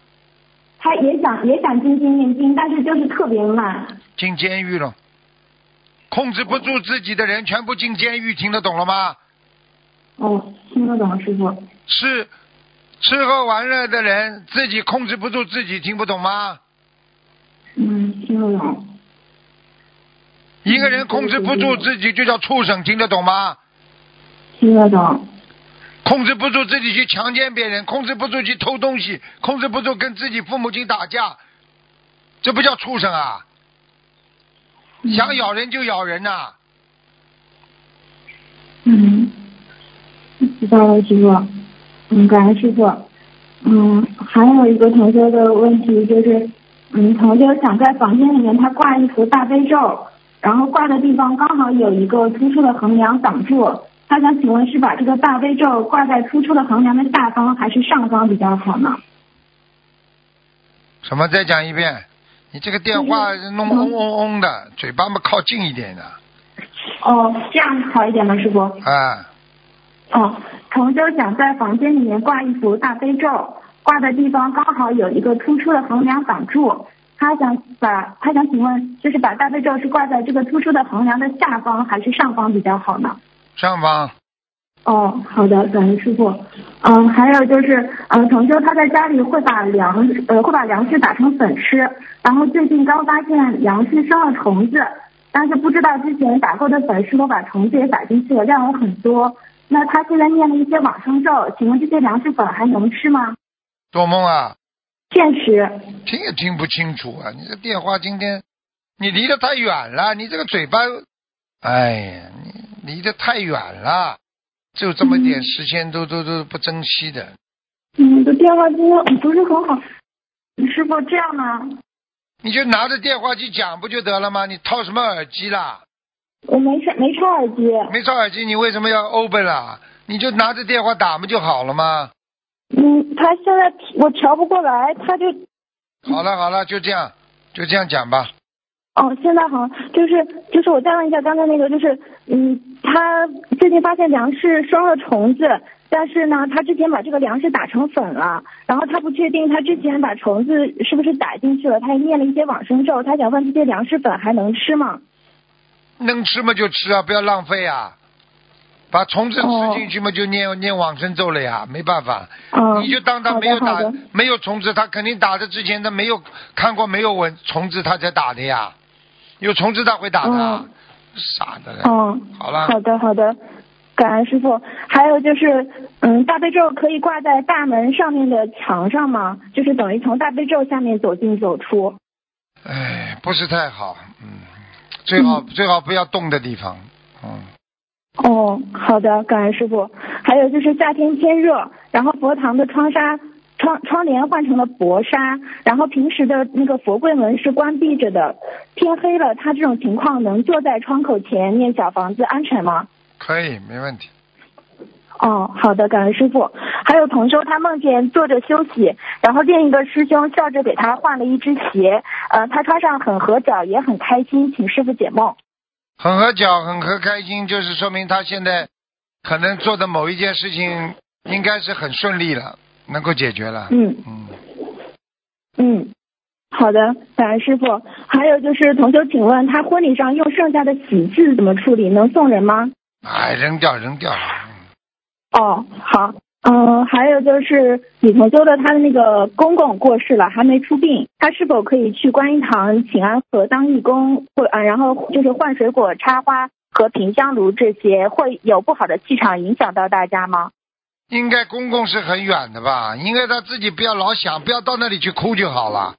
Speaker 5: 他也想也想精进念经，但是就是特别慢。
Speaker 1: 进监狱了。控制不住自己的人全部进监狱，听得懂了吗？
Speaker 5: 哦，听得懂师傅。
Speaker 1: 吃吃喝玩乐的人自己控制不住自己，听不懂吗？
Speaker 5: 嗯，听得懂。
Speaker 1: 一个人控制不住自己就叫畜生，听得懂吗？
Speaker 5: 听得懂。嗯
Speaker 1: 控制不住自己去强奸别人，控制不住去偷东西，控制不住跟自己父母亲打架，这不叫畜生啊！想咬人就咬人呐、
Speaker 5: 嗯，知道了，师傅。嗯，感恩师傅。嗯，还有一个同学的问题就是，嗯，同学想在房间里面他挂一幅大悲咒，然后挂的地方刚好有一个突出的横梁挡住，他想请问是把这个大悲咒挂在突出的横梁的下方还是上方比较好呢？
Speaker 1: 什么？再讲一遍。你这个电话弄嗡嗡嗡的，嘴巴嘛靠近一点的
Speaker 5: 哦，这样好一点吗，师傅？
Speaker 1: 啊。
Speaker 5: 哦，同修想在房间里面挂一幅大悲咒，挂的地方刚好有一个突出的横梁挡住。他想把，他想请问，就是把大悲咒是挂在这个突出的横梁的下方还是上方比较好呢？
Speaker 1: 上方
Speaker 5: 哦，好的，感恩师傅。嗯，还有就是，呃，同修他在家里会把粮，呃，会把粮食打成粉吃，然后最近刚发现粮食生了虫子，但是不知道之前打过的粉是否把虫子也打进去了，量有很多。那他现在念了一些往生咒，请问这些粮食粉还能吃吗？
Speaker 1: 做梦啊，
Speaker 5: 现吃。
Speaker 1: 听也听不清楚啊！你这电话今天你离得太远了，你这个嘴巴，哎呀，你离得太远了，就这么点时间都都都不珍惜的。
Speaker 5: 嗯，的电话今天不是很好。师傅，这样吗？
Speaker 1: 你就拿着电话去讲不就得了吗？你套什么耳机啦？
Speaker 5: 我没插没插耳机，
Speaker 1: 没插耳机，你为什么要 open 啦？你就拿着电话打不就好了吗？
Speaker 5: 嗯，他现在我调不过来，他就
Speaker 1: 好了好了，就这样，就这样讲吧。
Speaker 5: 哦，现在好，就是就是我再问一下刚才那个，就是嗯，他最近发现粮食生了虫子，但是呢，他之前把这个粮食打成粉了，然后他不确定他之前把虫子是不是打进去了，他还念了一些往生咒，他想问这些粮食粉还能吃吗？
Speaker 1: 能吃嘛就吃啊，不要浪费啊。把虫子吃进去嘛，就念、念往生咒了呀，没办法，
Speaker 5: 嗯，
Speaker 1: 你就当他
Speaker 5: 好
Speaker 1: 没有
Speaker 5: 的
Speaker 1: 打嗯
Speaker 5: 好的，
Speaker 1: 没有虫子，他肯定打的之前他没有看过没有蚊虫子，他才打的呀。有虫子他会打的啊，傻的嘞。
Speaker 5: 嗯，
Speaker 1: 好了，
Speaker 5: 好的好的，感恩师傅。还有就是，嗯，大悲咒可以挂在大门上面的墙上吗？就是等于从大悲咒下面走进走出。
Speaker 1: 哎，不是太好，嗯，最
Speaker 5: 嗯
Speaker 1: 好、最好不要动的地方，嗯，
Speaker 5: 哦，好的，感恩师傅。还有就是夏天天热，然后佛堂的窗纱。窗窗帘换成了薄纱，然后平时的那个佛柜门是关闭着的。天黑了，他这种情况能坐在窗口前念小房子安全吗？
Speaker 1: 可以，没问题。
Speaker 5: 哦，好的，感恩师傅。还有同修，他梦见坐着休息，然后另一个师兄笑着给他换了一只鞋，呃，他穿上很合脚，也很开心，请师傅解梦。
Speaker 1: 很合脚，很合开心，就是说明他现在可能做的某一件事情应该是很顺利了，能够解决了。
Speaker 5: 嗯
Speaker 1: 嗯，
Speaker 5: 嗯，好的，感恩师傅。还有就是，同修，请问他婚礼上用剩下的喜字怎么处理？能送人吗？
Speaker 1: 哎，扔掉，扔掉了。嗯
Speaker 5: 哦，好。嗯，还有就是李同修的他的那个公公过世了，还没出殡，他是否可以去观音堂请安和当义工，或啊，然后就是换水果、插花和平香炉这些，会有不好的气场影响到大家吗？
Speaker 1: 应该公公是很远的吧？应该他自己不要老想，不要到那里去哭就好了。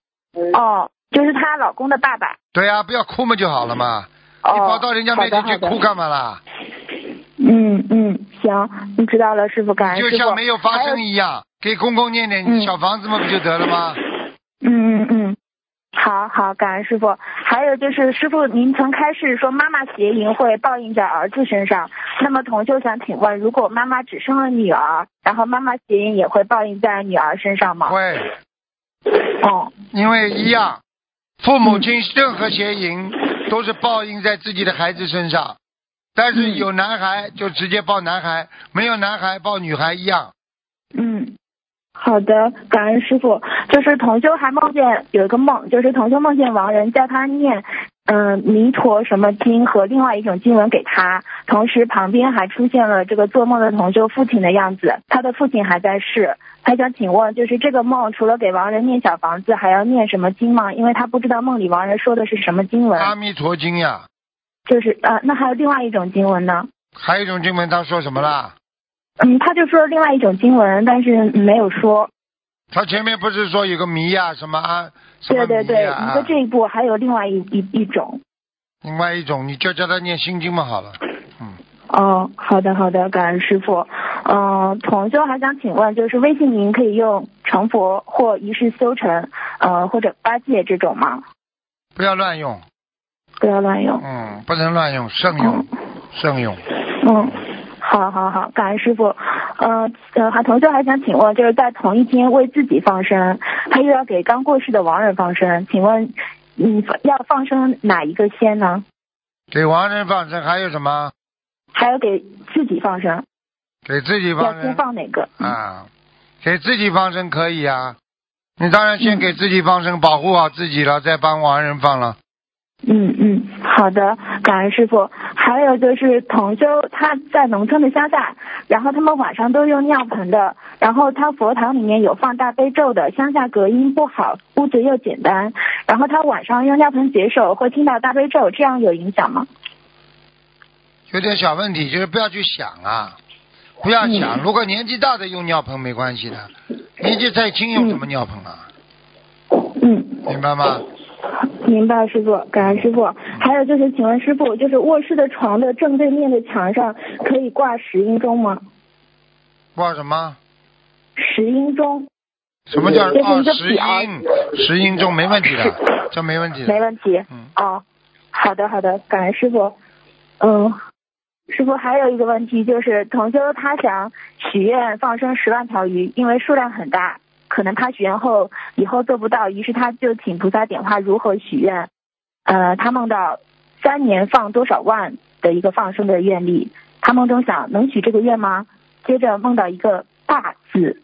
Speaker 5: 哦，就是她老公的爸爸。
Speaker 1: 对呀、不要哭嘛就好了嘛。
Speaker 5: 哦，
Speaker 1: 你跑到人家面前
Speaker 5: 好的
Speaker 1: 去哭。
Speaker 5: 好的
Speaker 1: 干嘛啦？
Speaker 5: 嗯嗯，行，你知道了，师傅，感恩
Speaker 1: 就
Speaker 5: 师傅
Speaker 1: 像。没有发生一样，给公公念
Speaker 5: 嗯
Speaker 1: 念小房子嘛不就得了吗？
Speaker 5: 嗯嗯嗯，好好，感恩师傅。还有就是，师傅您曾开示说妈妈邪淫会报应在儿子身上，那么同修想请问，如果妈妈只生了女儿，然后妈妈邪淫也会报应在女儿身上吗？
Speaker 1: 会，
Speaker 5: 哦，
Speaker 1: 因为一样，父母亲任何邪淫都是报应在自己的孩子身上，但
Speaker 5: 嗯
Speaker 1: 是有男孩就直接报男孩，没有男孩报女孩一样。
Speaker 5: 嗯。好的，感恩师傅。就是同修还梦见有一个梦，就是同修梦见亡人叫他念，嗯、弥陀什么经和另外一种经文给他，同时旁边还出现了这个做梦的同修父亲的样子，他的父亲还在世。他想请问，就是这个梦除了给亡人念小房子，还要念什么经吗？因为他不知道梦里亡人说的是什么经文，
Speaker 1: 阿弥陀经呀，
Speaker 5: 就是呃，那还有另外一种经文呢？
Speaker 1: 还有一种经文他说什么啦？
Speaker 5: 嗯，他就说另外一种经文，但是没有说。
Speaker 1: 他前面不是说有个谜呀、什么啊？什么
Speaker 5: 对对对，
Speaker 1: 谜呀
Speaker 5: 你
Speaker 1: 啊
Speaker 5: 说这一步还有另外一一一种。
Speaker 1: 另外一种，你就叫他念心经嘛好了。嗯，
Speaker 5: 哦，好的好的，感恩师傅。嗯、同修还想请问，就是微信您可以用成佛或一世修成，呃，或者八戒这种吗？
Speaker 1: 不要乱用，
Speaker 5: 不要乱用。
Speaker 1: 嗯，不能乱用，慎
Speaker 5: 哦
Speaker 1: 用，慎用。
Speaker 5: 嗯，好好好，感恩师傅。呃呃，还同修还想请问，就是在同一天为自己放生，他又要给刚过世的亡人放生，请问你要放生哪一个先呢？
Speaker 1: 给亡人放生，还有什么？
Speaker 5: 还有给自己放生，
Speaker 1: 给自己
Speaker 5: 要
Speaker 1: 放
Speaker 5: 先
Speaker 1: 生
Speaker 5: 放哪个？嗯
Speaker 1: 啊，给自己放生可以啊。你当然先给自己放生，保护好自己了，再帮亡人放了。
Speaker 5: 嗯嗯，好的，感恩师傅。还有就是同修，他在农村的乡下，然后他们晚上都用尿盆的，然后他佛堂里面有放大悲咒的，乡下隔音不好，屋子又简单，然后他晚上用尿盆解手会听到大悲咒，这样有影响吗？
Speaker 1: 有点小问题，就是不要去想啊，不要想。
Speaker 5: 嗯
Speaker 1: 如果年纪大的用尿盆没关系的，年纪太轻用什么尿盆啊？
Speaker 5: 嗯，
Speaker 1: 明白吗？
Speaker 5: 明白师傅，感恩师傅。还有就是，请问师傅，就是卧室的床的正对面的墙上可以挂石英钟吗？
Speaker 1: 挂什么？
Speaker 5: 石英钟
Speaker 1: 什么叫
Speaker 5: 就是一
Speaker 1: 啊？
Speaker 5: 个
Speaker 1: 石
Speaker 5: 表
Speaker 1: 英，石英中 没问题的，这没问题
Speaker 5: 没
Speaker 1: 的。
Speaker 5: 问题。
Speaker 1: 嗯，
Speaker 5: 哦，好的好的，感恩师傅。嗯，师傅还有一个问题就是，同修他想许愿放生十万条鱼，因为数量很大，可能他许愿后以后做不到，于是他就请菩萨点化如何许愿。呃，他梦到三年放多少万的一个放生的愿力，他梦中想能许这个愿吗？接着梦到一个大字，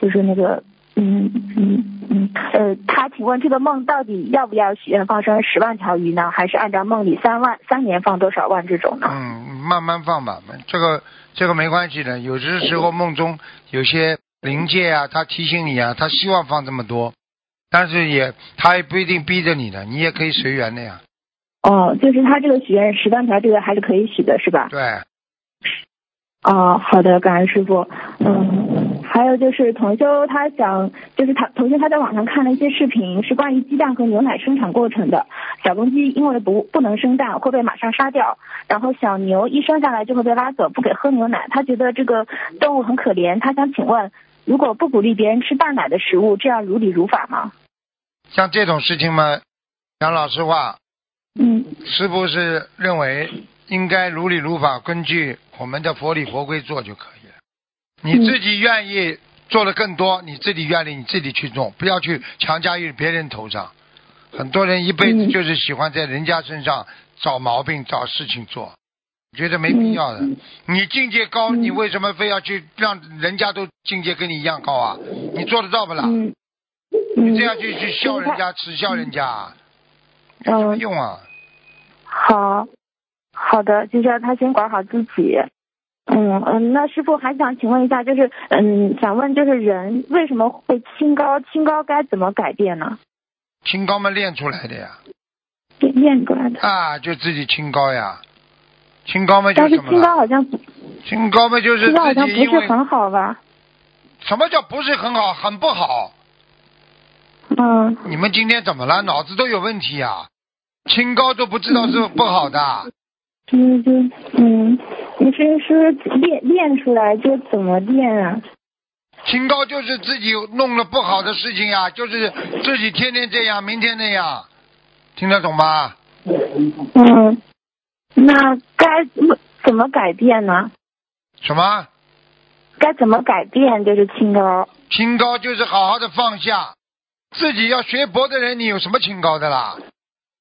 Speaker 5: 就是那个嗯嗯嗯呃，他请问这个梦到底要不要许愿放生十万条鱼呢？还是按照梦里三万三年放多少万这种呢？
Speaker 1: 嗯，慢慢放吧，这个这个没关系的。有的时候梦中有些灵界啊，他提醒你啊，他希望放这么多，但是也他也不一定逼着你的，你也可以随缘的呀。
Speaker 5: 哦，就是他这个许愿十万条，这个还是可以许的，是吧？
Speaker 1: 对，
Speaker 5: 哦，好的，感恩师傅。嗯，还有就是同修他想，就是他同修他在网上看了一些视频，是关于鸡蛋和牛奶生产过程的。小公鸡因为不不能生蛋，会被马上杀掉，然后小牛一生下来就会被拉走，不给喝牛奶。他觉得这个动物很可怜，他想请问，如果不鼓励别人吃蛋奶的食物，这样如理如法吗？
Speaker 1: 像这种事情嘛，讲老实话，
Speaker 5: 嗯
Speaker 1: 师傅是认为应该如理如法，根据我们的佛理佛规做就可以了。
Speaker 5: 嗯
Speaker 1: 你自己愿意做的更多，你自己愿意你自己去做，不要去强加于别人头上。很多人一辈子
Speaker 5: 嗯
Speaker 1: 就是喜欢在人家身上找毛病、找事情做，觉得没必要的。嗯你境界高，
Speaker 5: 嗯
Speaker 1: 你为什么非要去让人家都境界跟你一样高啊？你做得到不啦？
Speaker 5: 嗯嗯，
Speaker 1: 这样去去笑人家、耻笑人家，有什么
Speaker 5: 嗯，
Speaker 1: 用啊？
Speaker 5: 好，好的，就是要他先管好自己。嗯嗯，那师傅还想请问一下，就是嗯，想问就是人为什么会清高？清高该怎么改变呢？
Speaker 1: 清高嘛，练出来的呀。
Speaker 5: 练练过来的。
Speaker 1: 啊，就自己清高呀，清高嘛就
Speaker 5: 但是
Speaker 1: 什么
Speaker 5: 清高
Speaker 1: 了？
Speaker 5: 好像不，
Speaker 1: 清高嘛就是
Speaker 5: 清高好
Speaker 1: 自
Speaker 5: 像
Speaker 1: 己
Speaker 5: 不
Speaker 1: 因
Speaker 5: 是
Speaker 1: 为
Speaker 5: 很好吧？
Speaker 1: 什么叫不是很好，很不好？
Speaker 5: 嗯
Speaker 1: 你们今天怎么了？脑子都有问题呀？清高都不知道是不好的，
Speaker 5: 嗯嗯嗯，你是说练练出来就怎么练啊？
Speaker 1: 清高就是自己弄了不好的事情呀，就是自己天天这样，明天那样，听得懂吗？
Speaker 5: 嗯，那该怎么怎么改变呢？
Speaker 1: 什么？
Speaker 5: 该怎么改变就是清高？
Speaker 1: 清高就是好好的放下，自己要学佛的人，你有什么清高的啦？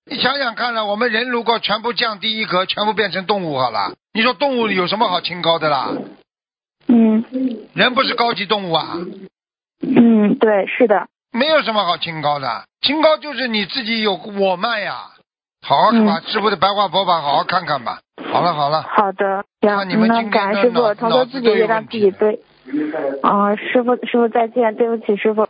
Speaker 1: 你想想看了，我们人如果全部降低一格，全部变成动物好了，你说动物有什么好清高的啦？
Speaker 5: 嗯
Speaker 1: 人不是高级动物啊，
Speaker 5: 嗯，对，是的。
Speaker 1: 没有什么好清高的，清高就是你自己有我慢呀。好好把师傅的白话佛法好好看看吧。好了好了，
Speaker 5: 好的，
Speaker 1: 那你
Speaker 5: 行，
Speaker 1: 们
Speaker 5: 那
Speaker 1: 今天
Speaker 5: 感
Speaker 1: 的
Speaker 5: 恩师
Speaker 1: 脑
Speaker 5: 傅，同
Speaker 1: 脑
Speaker 5: 修
Speaker 1: 子
Speaker 5: 自己
Speaker 1: 都有
Speaker 5: 就让
Speaker 1: 问
Speaker 5: 自
Speaker 1: 题
Speaker 5: 己
Speaker 1: 的
Speaker 5: 对。啊、师傅，师傅再见，对不起，师傅。